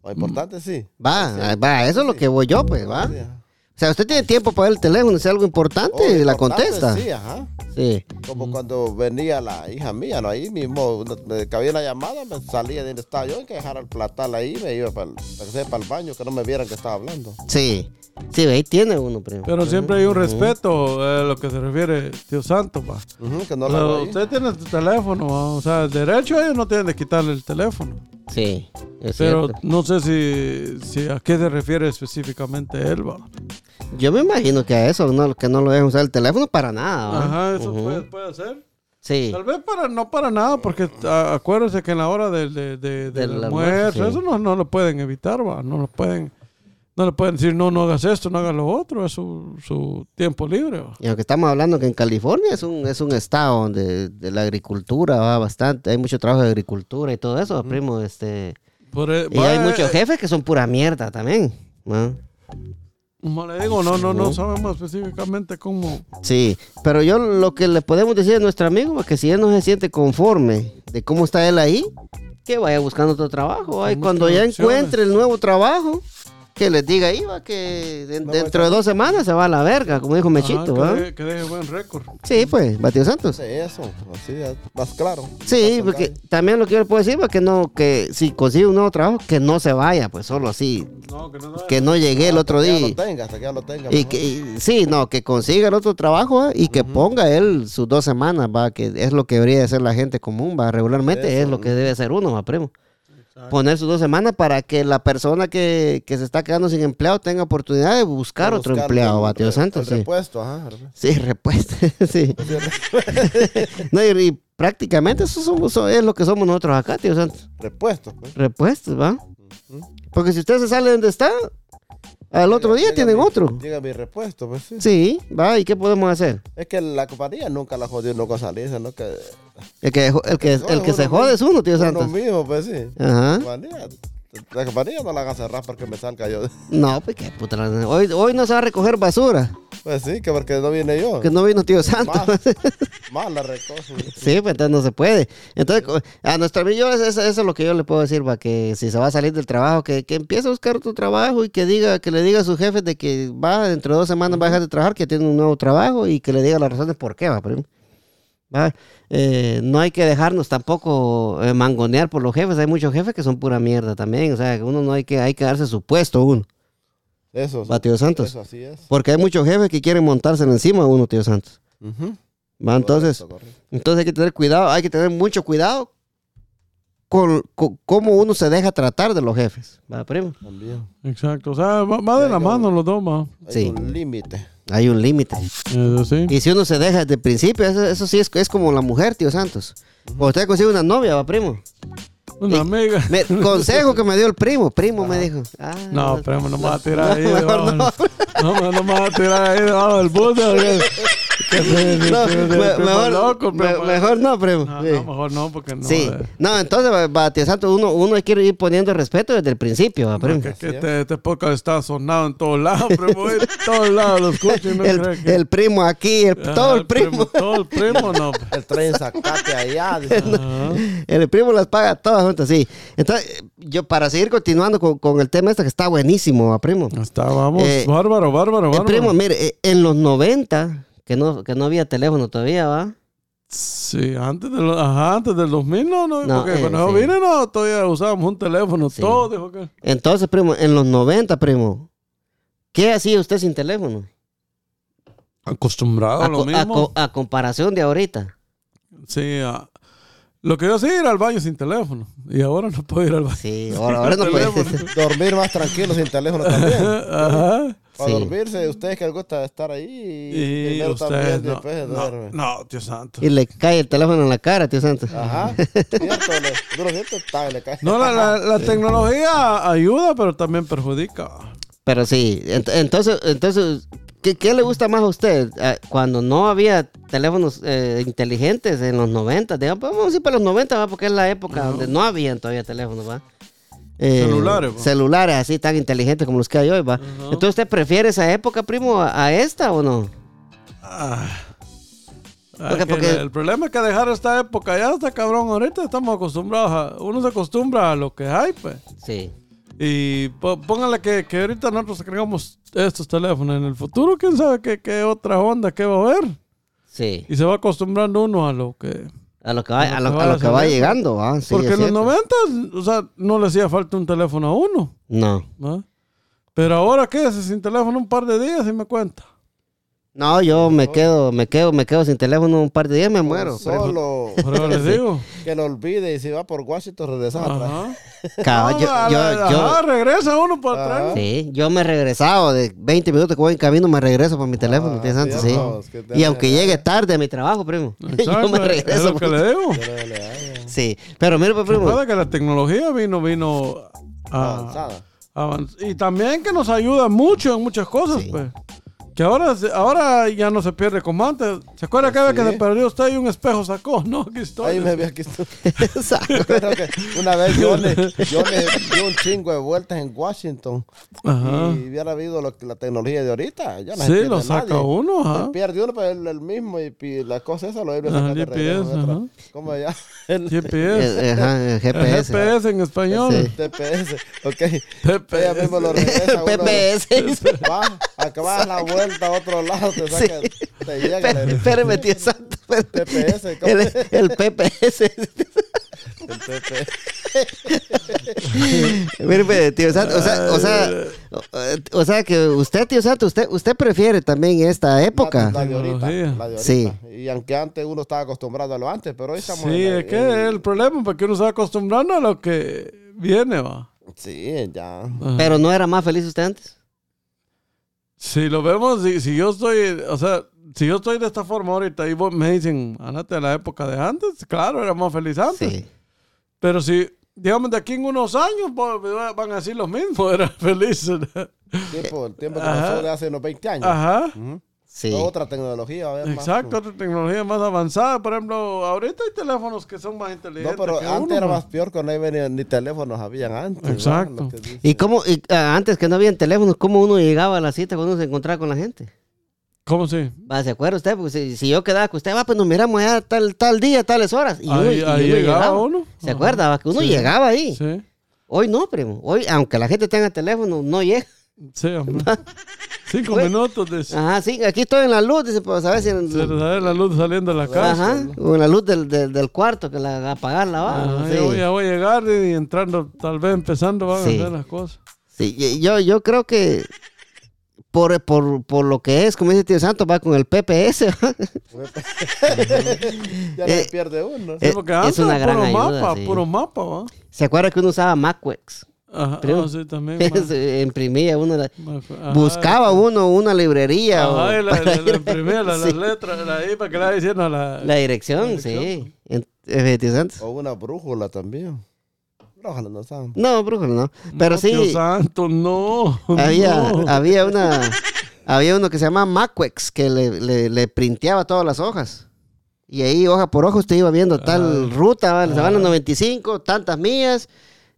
Lo importante sí.
Va, va, eso es lo que voy yo, pues, va.
Sí.
O sea, usted tiene tiempo para ver el teléfono, si es algo importante,
Oh,
la
importante,
contesta. Mm.
Sí, ajá.
Sí.
Como cuando venía la hija mía, ¿no? Ahí mismo, una- me cabía la llamada, me salía de donde estaba yo, hay que dejar el platal ahí, me iba para el, para que sea para el baño, que no me vieran que estaba hablando.
Sí. Sí, ahí tiene uno, primo.
Pero siempre hay un respeto eh, a lo que se refiere, tío Santo, va.
Ujú, que no
O
la
sea,
hago ahí.
usted tiene su teléfono, va. o sea, el derecho ellos no tienen de quitarle el teléfono.
Sí, es
Pero
cierto.
no sé si, si a qué se refiere específicamente él, va.
Yo me imagino que a eso, no, que no lo dejan usar el teléfono para nada. ¿va?
Ajá, eso
Ah, Ujú.
puede, puede ser.
Sí.
Tal vez para, no para nada, porque a- acuérdense que en la hora del, de- de- del
Del
almuerzo,
almuerzo, sí.
eso no, no lo pueden evitar, va. No lo pueden, no le pueden decir, no, no hagas esto, no hagas lo otro, es su, su tiempo libre, va.
Y aunque estamos hablando que en California es un, es un estado donde de la agricultura va bastante, hay mucho trabajo de agricultura y todo eso, primo, este...
Por e-
Y
va,
hay
eh,
muchos
eh,
jefes que son pura mierda también. ¿no?
Como le digo, no, no, no sabemos específicamente cómo.
Sí, pero yo lo que le podemos decir a nuestro amigo es que si él no se siente conforme de cómo está él ahí, que vaya buscando otro trabajo. ¿va? Y
Buscando
cuando ya
opciones.
encuentre el nuevo trabajo, que les diga ahí, va, que de-
No,
dentro de dos semanas se va a la verga, como
Ah,
dijo Mechito.
Ajá,
¿va?
que, deje- que deje buen récord.
Sí, pues, Batido Santos.
Hace Eso, así ya, más claro.
Sí,
Más
porque
claro.
también lo que yo le puedo decir es que no, que si consigue un nuevo trabajo, que no se vaya, pues solo así,
No, que no lo
que no llegue el otro
Hasta
día.
que ya lo tenga, hasta que ya lo tenga.
Y
mejor.
que, y- sí, no, que consiga el otro trabajo ¿va? y que ponga él sus dos semanas, va, que es lo que debería hacer la gente común, va, regularmente es
Eso,
lo que debe hacer uno, va, primo. Poner sus dos semanas para que la persona que, que se está quedando sin empleo tenga oportunidad de buscar otro
Buscar
empleado,
el-
va, tío
el-
Santos,
el
sí.
repuesto, ajá. el repuesto.
Sí, respuesta, sí. no, y, y prácticamente eso somos, so- es lo que somos nosotros acá, tío Santos.
Repuesto, pues.
Repuestos, va. Porque si usted se sale de donde está, al otro día
Llega
tienen
mi-
otro.
Llega mi repuesto, pues sí.
Sí, va, ¿y qué podemos hacer?
Es que la compañía nunca la jodió, no cosa lisa, no que.
El que, el que,
No,
el que
uno
se
mismo.
jode es uno, tío
Lo
Santos.
mismo, pues sí.
Ajá.
Compañía- La compañía no la haga cerrar porque me salga yo.
No, pues qué puta. la- Hoy, hoy no se va a recoger basura.
Pues sí, que porque no viene yo.
Que no vino tío Santos.
Más, más la recojo.
sí, pues entonces no se puede. Entonces, co- a nuestro amigo, yo, eso, eso es lo que yo le puedo decir, va, que si se va a salir del trabajo, que, que empiece a buscar otro trabajo y que diga, que le diga a su jefe de que va, dentro de dos semanas va a dejar de trabajar, que tiene un nuevo trabajo y que le diga las razones por qué, va, primo. Va, eh, no hay que dejarnos tampoco eh, mangonear por los jefes. Hay muchos jefes que son pura mierda también. O sea, que uno no hay que, hay que darse su puesto uno.
Eso.
Va, tío Santos.
Eso así es.
Porque hay muchos jefes que quieren montárselo encima a uno, tío Santos.
Ujú.
¿Va? Entonces,
Correcto, correcto.
entonces hay que tener cuidado, hay que tener mucho cuidado con, con cómo uno se deja tratar de los jefes. ¿Va, primo?
También.
Exacto, o sea, va, va de la mano los dos, va.
Hay
Sí.
un límite.
Hay un límite.
Eso Eh, sí.
Y si uno se deja desde el principio, eso, eso sí es, es como la mujer, tío Santos. O usted consigue una novia, va, primo.
Una amiga.
Me- consejo que me dio el primo, primo me dijo. Ah,
No, pero no me vas a tirar ahí.
No, mejor
No, no, no, no me vas a tirar ahí debajo del bus. ¿no? Que- que se- que
no,
se-
me-
se- primo
mejor,
loco,
me-
primo.
mejor no, primo.
No,
Sí.
no, mejor no, porque no.
Sí.
eh,
No, entonces, va- va, tío Santos, uno, uno quiere ir poniendo respeto desde el principio, va, primo.
Que, que este, este podcast está sonado en todos lados, primo. En todos lados lo escucho y no
el,
creo que-
el primo aquí, el,
Ajá,
todo el primo.
Todo el primo, no.
El tren sacate allá. dice.
El primo las paga todas juntas, sí. Entonces, yo para seguir continuando con, con el tema este que está buenísimo, va, primo.
Está, vamos,
Eh,
bárbaro, bárbaro,
El
bárbaro.
primo, mire, eh, en los 90, que no, que no había teléfono todavía, ¿va?
Sí, antes, de lo- ajá, antes del 2000, no, no,
No,
porque
eh,
cuando yo
sí.
vine, no, todavía usábamos un teléfono,
Sí.
todo, dijo que.
Entonces, primo, en los 90, primo, ¿qué hacía usted sin teléfono?
Acostumbrado a
a,
Ah, lo
co- a
mismo.
co- a comparación de ahorita.
Sí, ah, lo que yo hacía era al baño sin teléfono. Y ahora no puedo ir al baño.
Sí, ahora, ahora no puede
Teléfono.
Dormir más tranquilo sin teléfono también.
Ajá.
Para
Sí.
dormirse, ustedes que les gusta estar ahí.
Y
primero
ustedes
también,
no,
después se
no,
duermen.
no, tío santo.
Y le cae el teléfono en la cara, tío Santos.
Ajá. Cierto, le, ¿tú lo sientes? Ta, le cae.
No, la, la- la tecnología ayuda, pero también perjudica.
Pero sí, ent- entonces, entonces ¿qué, qué le gusta más a usted? Ah, Cuando no había teléfonos eh, inteligentes en los 90, digamos, pues, vamos a ir para los 90, ¿va? porque es la época donde no habían todavía teléfonos, ¿va? Eh,
Celulares, pues. ¿va?
Celulares así tan inteligentes como los que hay hoy, ¿va? Entonces, ¿usted prefiere esa época, primo, a, a esta o no?
Ah,
Porque-
que
porque-
El problema es que dejar esta época ya está cabrón. Ahorita estamos acostumbrados a. Uno se acostumbra a lo que hay, pues.
Sí.
Y po- póngale que, que ahorita nosotros creamos estos teléfonos. En el futuro, quién sabe qué, qué otra onda que va a haber.
Sí,
Y se va acostumbrando uno a lo que.
a lo que va, a
lo
lo,
que
a
va
lo que va
saliendo.
llegando, ¿va? Sí,
Porque
es
en los
cierto.
90, o sea, no le hacía falta un teléfono a uno.
No,
¿va? Pero ahora qué, Si sin teléfono un par de días y me cuenta.
No, yo me quedo, me quedo, me quedo sin teléfono un par de días, me muero.
Solo
Pero les digo.
que lo olvide y si va por Washington regresamos atrás.
Ajá.
Caballo,
Ah,
yo,
la- la-
yo-
ajá, regresa uno para
¿Ah?
atrás.
sí, yo me he regresado de 20 minutos que voy en camino, me regreso para mi teléfono,
Ah,
piensa antes, sí.
Dios, que te
Y aunque
hagan-
llegue tarde a mi trabajo, primo, yo
Ah, Exacto,
me
es
regreso.
lo que le digo.
Pero le hagan
Sí, pero mira, pues, primo,
Recuerda que la tecnología vino, vino a,
Avanzada.
avanz- Y también que nos ayuda mucho en muchas cosas,
Sí.
pues. Que ahora, se- ahora ya no se pierde como antes. ¿Se acuerda que que
Pues Sí.
se perdió usted y un espejo sacó? No, aquí estoy.
Ahí me había que estu-
Exacto.
Creo que una vez yo le, yo le di un chingo de vueltas en Washington
Ajá.
y hubiera habido lo que- la tecnología de ahorita. Ya no se
Sí,
pierde
lo saca
nadie.
uno, ajá.
Se pierde uno, pero el, el mismo y, pi- la cosa esa lo vuelve a
Ajá,
sacar de
GPS,
regreso otra.
ajá.
¿Cómo ya? El
GPS.
Eh, ajá, el
El
GPS.
GPS en español.
Sí.
TPS, ok.
TPS.
Ella mismo lo regresa. uno.
PPS.
Va, acabas la vuelta a otro lado, te saca, te llega. le-
Espérame, espérame, tío santo. espérame.
TPS, ¿cómo?
El, el PPS.
El TPS.
Mire, pues, tío santo. O sea, o sea, o- o sea que usted, tío santo, usted, usted prefiere también esta época.
La, la de ahorita.
Tecnología.
la de
Sí.
ahorita. Y aunque antes uno estaba acostumbrado a lo antes, pero hoy estamos.
Sí,
en la-
es que
en-
el problema es que uno se va acostumbrando a lo que viene, va.
Sí, ya.
Ajá.
Pero no era más feliz usted antes.
Si lo vemos, si, si yo estoy, o sea, si yo estoy de esta forma ahorita y vos me dicen, andate a la época de antes, claro, era más feliz antes.
Sí.
Pero si, digamos, de aquí en unos años pues, va- van a decir lo mismo, era feliz.
Tiempo, el tiempo que
Ajá.
pasó de hace unos 20 años.
Ajá.
Ujú.
Sí.
Otra tecnología, a ver, más.
Exacto, otra tecnología más avanzada. Por ejemplo, ahorita hay teléfonos que son más
No,
inteligentes.
pero
que
antes
uno,
era
man.
más peor cuando no había ni, ni teléfonos habían antes. ¿verdad?
Exacto.
Lo que dice.
¿Y cómo, y, ah, antes que no había teléfonos, cómo uno llegaba a la cita cuando uno se encontraba con la gente?
¿Cómo sí?
Va, ¿se acuerda usted? Porque si, si yo quedaba con usted, va, pues nos miramos ya tal, tal día, tales horas. Y uno,
Ahí-
y
ahí
uno
llegaba uno.
¿Se
Ajá.
acuerda? va? Que uno
Sí.
llegaba ahí.
Sí.
Hoy no, primo. Hoy, aunque la gente tenga teléfono, no llega.
Sí, hombre. Cinco
Bueno.
minutos de se
Ajá, sí, aquí estoy en la luz, dice, pues a ver si... en-
les sale la luz saliendo de la casa.
ajá, o en la luz del, del, del cuarto, que la apagarla va.
Ajá,
Ah, sí.
Ah, ya, voy, ya voy a llegar y entrando, tal vez empezando van
Sí.
a hacer las cosas.
Sí, y- yo, yo creo que por, por, por lo que es, como dice Tío Santos, va con el PPS. ¿va?
Ya no se
Eh,
pierde uno.
Sí,
Eh,
porque
es
antes
una
era
gran
puro
ayuda,
mapa,
sí.
puro mapa, ¿va?
¿Se acuerda que uno usaba MacWex?
Ajá,
Creo.
ah, sí, también. ma-
Se imprimía uno, la-
ma- ajá.
buscaba uno una librería o
Ajá, y la,
para
la,
ir-
la imprimía, la-
Sí,
las letras, la I, para que la diciendo a la...
la dirección,
la dirección. Oh.
sí. En- eh, Tío Santos.
O una brújula también. Brújula no saben.
No, brujo, no. Pero
No,
sí,
Dios santo, no.
había,
no.
había una. Había uno que se llamaba Macwex, que le, le, le printeaba todas las hojas. Y ahí, hoja por hoja, usted iba viendo tal ruta, va, se van las 95, tantas millas.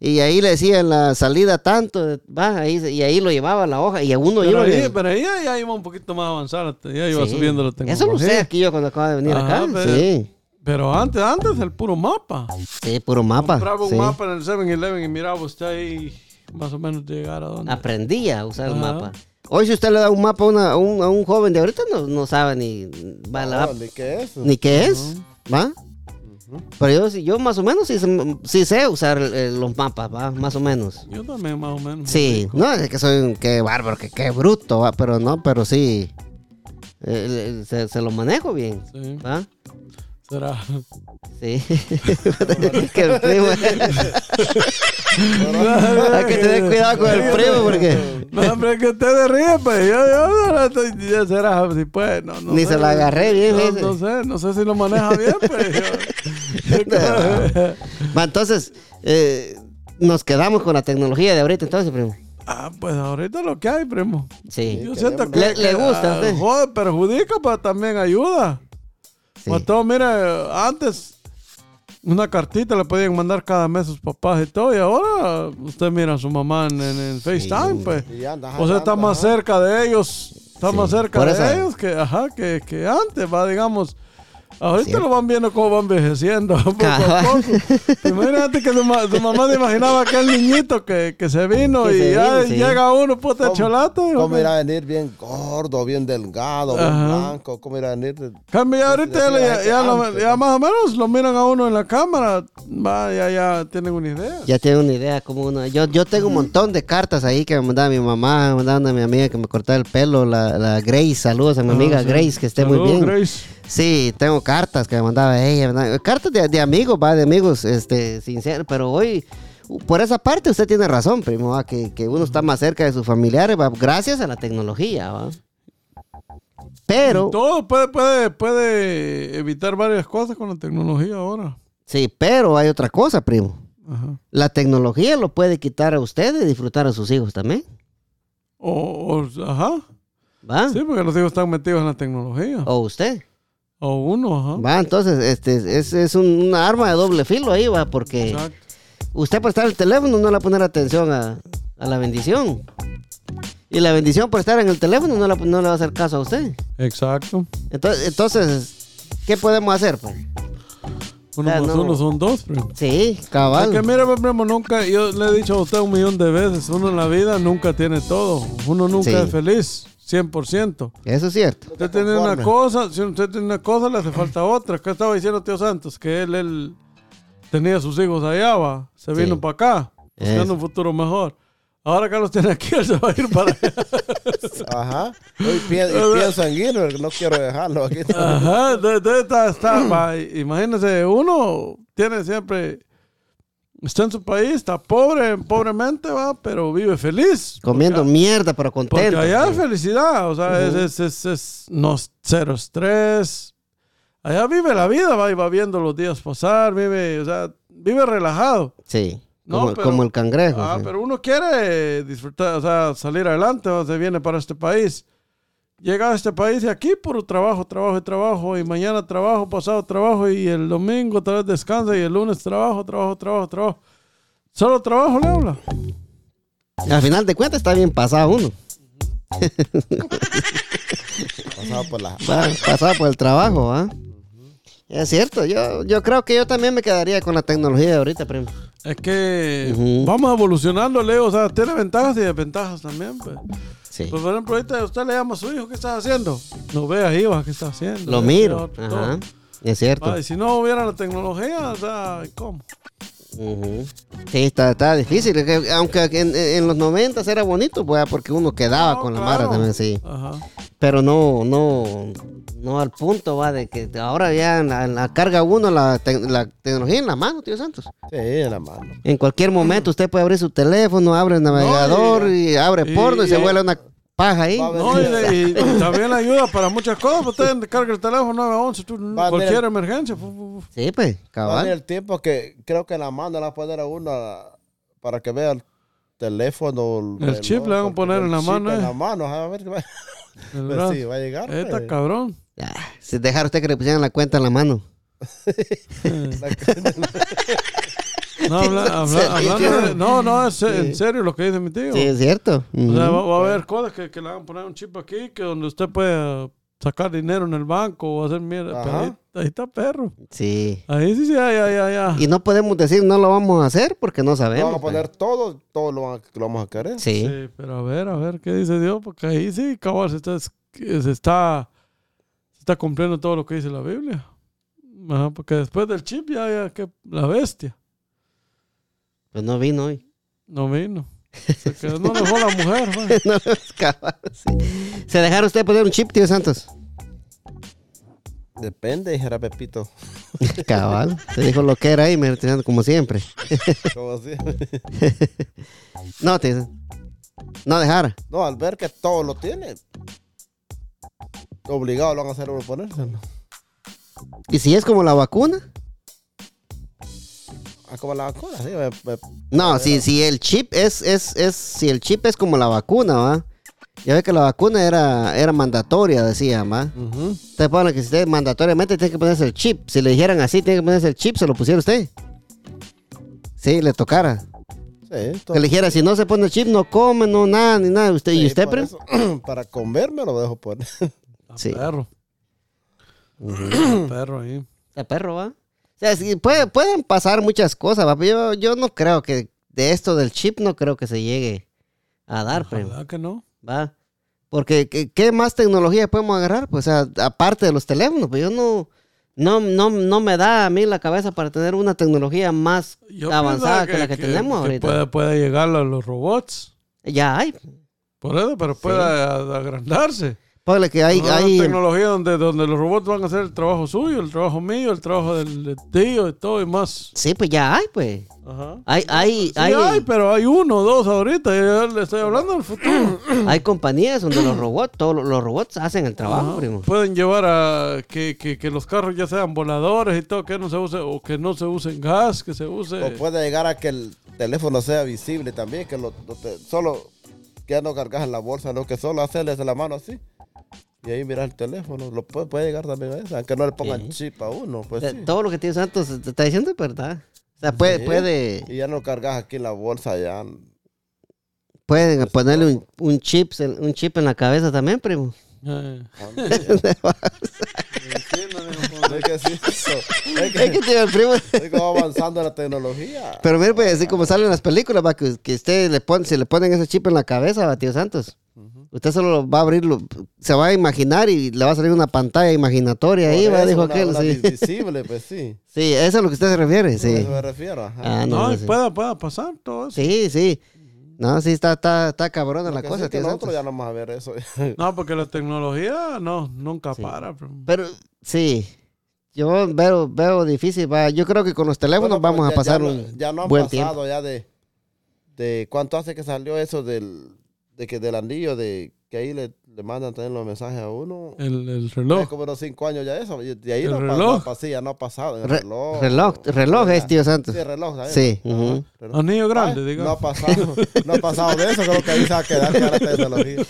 Y ahí le decían la salida tanto, va, ahí, se- y ahí lo llevaba la hoja. Y a uno
Pero
iba.
ahí,
bien.
pero ahí ya, ya iba un poquito más avanzada, ya iba
Sí.
subiendo la tecnología.
Eso lo sé aquí yo cuando acababa de venir
Ajá,
acá.
pero-
Sí,
Pero antes, antes el puro mapa.
sí, puro mapa.
Compraba un
Ah, sí.
mapa en el 7-Eleven y miraba usted ahí más o menos llegar a dónde.
Ah, Aprendía a usar el
Ajá.
mapa. Hoy, si usted le da un mapa a, una- a un, a un joven de ahorita, no, no sabe ni,
Ah,
va, la va
No, ni qué es.
ni qué es, ¿va? Pero yo, sí- yo más o menos sí, sé- sí sé usar eh, los mapas, ¿va? Más o menos.
Yo también más o menos.
Sí, no es que soy un qué bárbaro, que qué bruto, ¿va? Pero no, pero sí. eh, eh, se, se lo manejo bien,
Sí.
¿va?
Será.
Sí. que el primo. Hay que tener cuidado con el primo porque
No, hombre, que usted se ríe, pues yo, yo no la estoy- ya será, si pues, no, no
Ni
sé.
se la agarré bien,
No,
dice.
no sé, no sé si lo maneja bien, pues. yo-
Va, entonces, eh, nos quedamos con la tecnología de ahorita, entonces, primo.
ah, pues ahorita lo que hay, primo.
Sí.
Yo siento que...
Le- le gusta pues. a usted.
Joder, perjudica, pero también ayuda.
sí.
Mató, mira, antes una cartita le podían mandar cada mes a sus papás y todo, y ahora usted mira a su mamá en, en- en FaceTime, pues.
Y anda,
O sea, está
anda,
más
anda.
cerca de ellos, está
Sí,
más cerca
por
de
eso.
ellos que, ajá, que, que antes, va, digamos. Ahorita lo van viendo cómo van envejeciendo. Poco a
Cabal.
poco. Imagínate que su, ma- su mamá se imaginaba aquel niñito que, que se vino
Que
y
se
ya
vino, sí.
llega uno, puta
¿Cómo-
cholato. y
¿Cómo
va-
irá a venir bien gordo, bien delgado, bien
Ajá.
blanco? ¿Cómo irá a venir? de-
Cambia, ya ahorita ya, le- ya- ya lo- ya más o menos lo miran a uno en la cámara. Va, ya, ya tienen una idea.
Ya tengo una idea como uno. Yo, yo tengo un montón de cartas ahí que me mandaba mi mamá, me mandaban a mi amiga que me cortaba el pelo, la, la Grace. Saludos a mi amiga
Ah, sí.
Grace, que esté muy
Saludos,
bien.
Grace.
Sí, tengo cartas que me mandaba ella. me mandaba- Cartas de, de amigos, va, de amigos, este, sincero. Pero hoy, por esa parte, usted tiene razón, primo, va, que, que uno está más cerca de sus familiares, va, gracias a la tecnología, va. Pero,
Todo puede, puede, puede evitar varias cosas con la tecnología ahora.
sí, pero hay otra cosa, primo.
Ajá.
La tecnología lo puede quitar a usted y disfrutar a sus hijos también,
O, o- ajá.
¿va?
Sí, porque los hijos están metidos en la tecnología.
O usted.
O uno, ajá.
Va, entonces, este, es, es un- una arma de doble filo ahí, va, porque
Exacto.
usted por estar en el teléfono no le va a poner atención a, a la bendición. Y la bendición por estar en el teléfono no, la- no le va a hacer caso a usted.
Exacto.
Entonces, entonces ¿qué podemos hacer? pues?
Uno
O sea,
más
no-
uno son dos, primo.
Sí,
Porque
cabal.
mira, pues, primo, nunca, yo le he dicho a usted un millón de veces, uno en la vida nunca tiene todo. Uno nunca
Sí.
es feliz, 100%.
Eso es cierto.
Usted tiene una cosa, si usted tiene una cosa, le hace falta otra. ¿Qué estaba diciendo tío Santos? Que él, él tenía sus hijos allá, va. Se
Sí.
vino para acá, buscando
Eso.
un futuro mejor. Ahora que los tiene aquí, él se va a ir para allá.
Ajá. Hoy pien- y pienso en ir, no quiero dejarlo aquí.
Ajá, de- de- está, está, va. Imagínese, uno tiene siempre. Está en su país, está pobre, pobremente, va, pero vive feliz.
Comiendo mierda, pero
Porque
contento.
allá es
sí.
felicidad, o sea, es- es, es, es, no, cero estrés. Allá vive la vida, va, y va viendo los días pasar, vive, o sea, vive relajado.
Sí,
No,
como,
pero-
como el cangrejo.
Ah,
sí.
pero uno quiere disfrutar, o sea, salir adelante, o se viene para este país. Llega a este país y aquí por trabajo, trabajo y trabajo, y mañana trabajo, pasado trabajo, y el domingo otra vez descansa, y el lunes trabajo, trabajo, trabajo, trabajo. Solo trabajo le habla.
Al final de cuentas está bien pasado uno.
Pasado por la.
Va, pasaba por el trabajo, ¿ah? Es cierto, yo, yo creo que yo también me quedaría con la tecnología de ahorita, primo.
Es que
Ujú.
vamos evolucionando, Leo. O sea, tiene ventajas y desventajas también. Pues.
Sí.
Pues, por ejemplo, ahorita usted le llama a su hijo, ¿qué estás haciendo? No ve ahí, va, ¿qué estás haciendo?
Lo
Ve,
miro.
todo.
Ajá. Es cierto.
Va, y si no hubiera la tecnología, o sea, ¿cómo?
Ujú. Sí, está, está difícil. es que Aunque en, en los 90 era bonito, pues, porque uno quedaba
No,
con la
claro.
mara también, sí.
Ajá.
Pero no, no, no al punto, va, de que ahora ya en la, en la carga uno la, tec- la tecnología en la mano, tío Santos.
Sí, en la mano.
En cualquier momento usted puede abrir su teléfono, abre el navegador y, abre
y-
porno y, se
y-
vuelve una paja ahí.
Va a ver-
No, y, de- y- y también ayuda para muchas cosas. pues, Usted carga el teléfono 911, tú,
mira.
cualquier emergencia. fu- fu- fu.
Sí, pues,
Va a venir
cabal.
el tiempo que creo que en la mano la va a poner a uno a- para que vea el teléfono.
El chip le van a
porque
poner
el
en la
chip
mano,
En
eh.
la mano, ajá, a ver qué va.
El
Pues
brazo.
sí, va a llegar.
Eh, está
pues.
cabrón.
Ah, si dejara usted que le pusieran la cuenta en la mano.
No, habla- habla- hablando de- no, no, es en serio lo que dice mi tío.
Sí, es cierto.
O sea,
Ujú.
va, va a haber cosas que, que le van a poner un chip aquí, que donde usted puede sacar dinero en el banco o hacer mierda. Pero
Ajá.
ahí, ahí está perro.
Sí.
Ahí sí, sí, ya, ya, ya, ya.
Y no podemos decir no lo vamos a hacer porque no
Lo
sabemos.
van a poner todo, todo lo, van a- lo vamos a querer.
pues. Sí.
pues. Sí, pero a ver, a ver, ¿qué dice Dios? Porque ahí sí, cabal, se está, es- se está, se está cumpliendo todo lo que dice la Biblia. Ajá, porque después del chip ya, ya, que la bestia.
Pues no vino hoy.
No vino. Se quedó, no dejó la mujer, pues. güey.
no, pues, cabal, sí. ¿Se dejaron usted poner un chip, tío Santos?
Depende, dijera Pepito.
Cabal. Te dijo lo que era ahí, me retirando como siempre.
Como así.
No, tío. No dejara.
No, al ver que todo lo tiene, obligado lo van a hacer uno ponérselo.
¿Y si es como la vacuna?
Ah, como la vacuna, sí. me- me-
No, si, si el chip es, es, es, si el chip es como la vacuna, ¿va? Ya ve que la vacuna era, era mandatoria, decían, ¿va? Ustedes ponen que si usted mandatoriamente tiene que ponerse el chip. Si le dijeran así, tiene que ponerse el chip, se lo pusiera usted. Sí, le tocara.
Sí, todo.
Que le dijera, si no se pone el chip, no come, no nada, ni nada. Usted, ¿Y
Sí,
usted,
por
primo?
eso, Para comerme lo dejo poner.
Sí.
Perro. perro ahí.
De perro, ¿va? O sea, sí, puede- pueden pasar muchas cosas, va. Yo, yo no creo que de esto del chip no creo que se llegue a dar, primo.
Ojalá que no.
va. Porque, ¿qué, qué más tecnología podemos agarrar? Pues, a- aparte de los teléfonos, pues yo no, no, no, no me da a mí la cabeza para tener una tecnología más
Yo
avanzada
pienso
que, la que, tenemos ahorita.
Puede, puede llegar a los robots.
Ya hay.
Por eso, pero puede a- agrandarse.
Póngale que hay,
Una
hay-
tecnología donde, donde los robots van a hacer el trabajo suyo, el trabajo mío, el trabajo del, del tío y todo y más.
Sí, pues ya hay, pues.
Ajá.
Hay, hay,
Sí
hay,
hay, pero hay uno, dos ahorita. Yo le estoy hablando del futuro.
hay compañías donde los robots, todos los- los robots hacen el
Ah,
trabajo, primo.
Pueden llevar a que, que- que los carros ya sean voladores y todo, que no se use, o que no se usen gas, que se use.
O puede llegar a que el teléfono sea visible también, que lo, lo te- solo que ya no cargas en la bolsa, lo que solo hacerles la mano así. Y ahí miras el teléfono, lo puede, puede llegar también a eso, aunque no le pongan chip a uno,
O
pues
sea,
sí.
Todo lo que tío Santos te está diciendo es verdad. O sea, puede,
Sí.
puede,
Y ya no cargas aquí en la bolsa, ya.
pueden ponerle un, un chip, un chip en la cabeza también, primo.
Eh,
Ah,
Es que sí, eso. Es
Es
que,
que tío, el primo...
es que va avanzando la tecnología.
Pero mira, pues así como salen las películas, va, que, que usted le pone, si le ponen ese chip en la cabeza, va, tío Santos. Usted solo lo va a abrirlo, se va a imaginar y le va a salir una pantalla imaginatoria ahí,
Por
va,
eso,
dijo
una-
aquel.
una
Sí.
Visible, pues sí.
sí, eso es a lo que usted se refiere,
A
sí.
eso me refiero. ajá.
Ah, no,
no,
no,
y
sí.
pueda, pueda pasar todo eso.
sí, sí. No, sí, está, está, está cabrona la
Que
cosa,
sí, que
tío
nosotros
Santos.
ya no vamos a ver eso.
No, porque la tecnología no, nunca para. pero-
Pero sí, yo veo, veo difícil, va. Yo creo que con los teléfonos
Bueno,
vamos
pues
a pasar
ya, ya no-
un
ya no han
buen
pasado
tiempo.
ya de, de cuánto hace que salió eso del de que del anillo de que ahí le, le mandan también los mensajes a uno
El, el
es
reloj.
como unos cinco años ya eso y de ahí
El
no, pa-
reloj.
no pa- sí, ya no ha pasado el
Re-
reloj
reloj, reloj es, tío Santos.
sí, el reloj ¿sabes?
Sí,
Ajá,
ujú.
reloj.
Anillo grande,
Ay, Ah, no ha
digamos.
pasado no ha pasado de eso creo que ahí se va a quedar ya la tecnología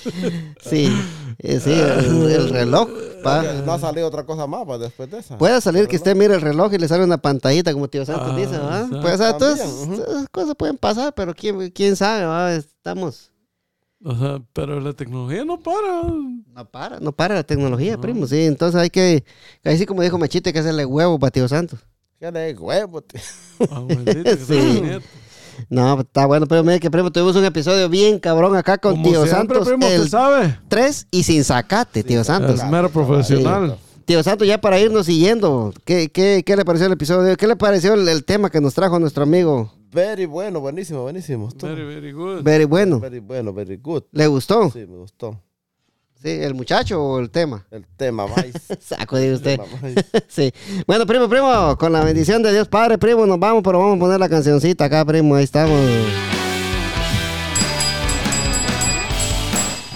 Sí, eh, sí, el, el reloj, va.
Porque no ha salido otra cosa más pues, después de esa
Puede salir que usted mire el reloj y le sale una pantallita, como tío Santos
Ah,
dice, ¿verdad?
exacto.
Pues, o sea, todas
También, ujú.
todas esas cosas pueden pasar, pero quién, quién sabe, ¿verdad? Estamos...
pues.
O sea, pero la tecnología no para.
No para, no para la tecnología, primo, sí. Entonces hay que, así como dijo Machite, hay que hacerle huevo para tío Santos.
Ya le "Eh, pues, huevo tío.
Abuelita, Ah, que
Sí.
tenga nieto.
No, está bueno, pero mire que, primo, tuvimos un episodio bien cabrón acá con
Como
tío
siempre,
Santos.
primo, usted
el
sabe.
3 y sin sacate, tío Santos.
Es mero profesional.
Tío Santos, ya para irnos siguiendo, ¿qué, qué, qué le pareció el episodio? ¿Qué le pareció el, el tema que nos trajo nuestro amigo?
very bueno buenísimo buenísimo estuvo
Very, very good.
Very bueno.
very bueno very good
¿Le gustó?
sí me gustó
Sí, el muchacho o el tema.
el tema Vice.
Saco de usted.
Mamá.
sí. Bueno, primo, primo, con la bendición de Dios Padre, primo, nos vamos, pero vamos a poner la cancioncita acá, primo. Ahí estamos.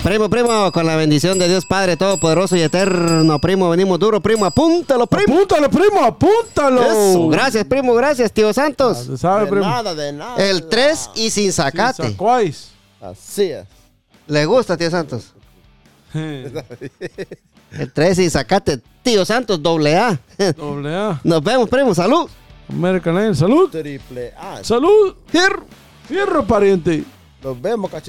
Primo, primo, con la bendición de Dios Padre Todopoderoso y Eterno, primo, venimos duro, primo, apúntalo, primo.
Apúntalo, primo, apúntalo.
Eso, gracias, primo, gracias, tío Santos.
Se sabe,
de
primo.
nada, de nada.
El 3 y sin
Sí,
sacate.
Sacuáis.
Así es.
¿Le gusta, tío Santos?
Je,
El 3 y sin sacate, tío Santos, doble A.
Doble A.
Nos vemos, primo, salud.
American Air. Salud.
Triple A.
Salud. Fierro. Fierro, pariente.
Nos vemos, cachetón.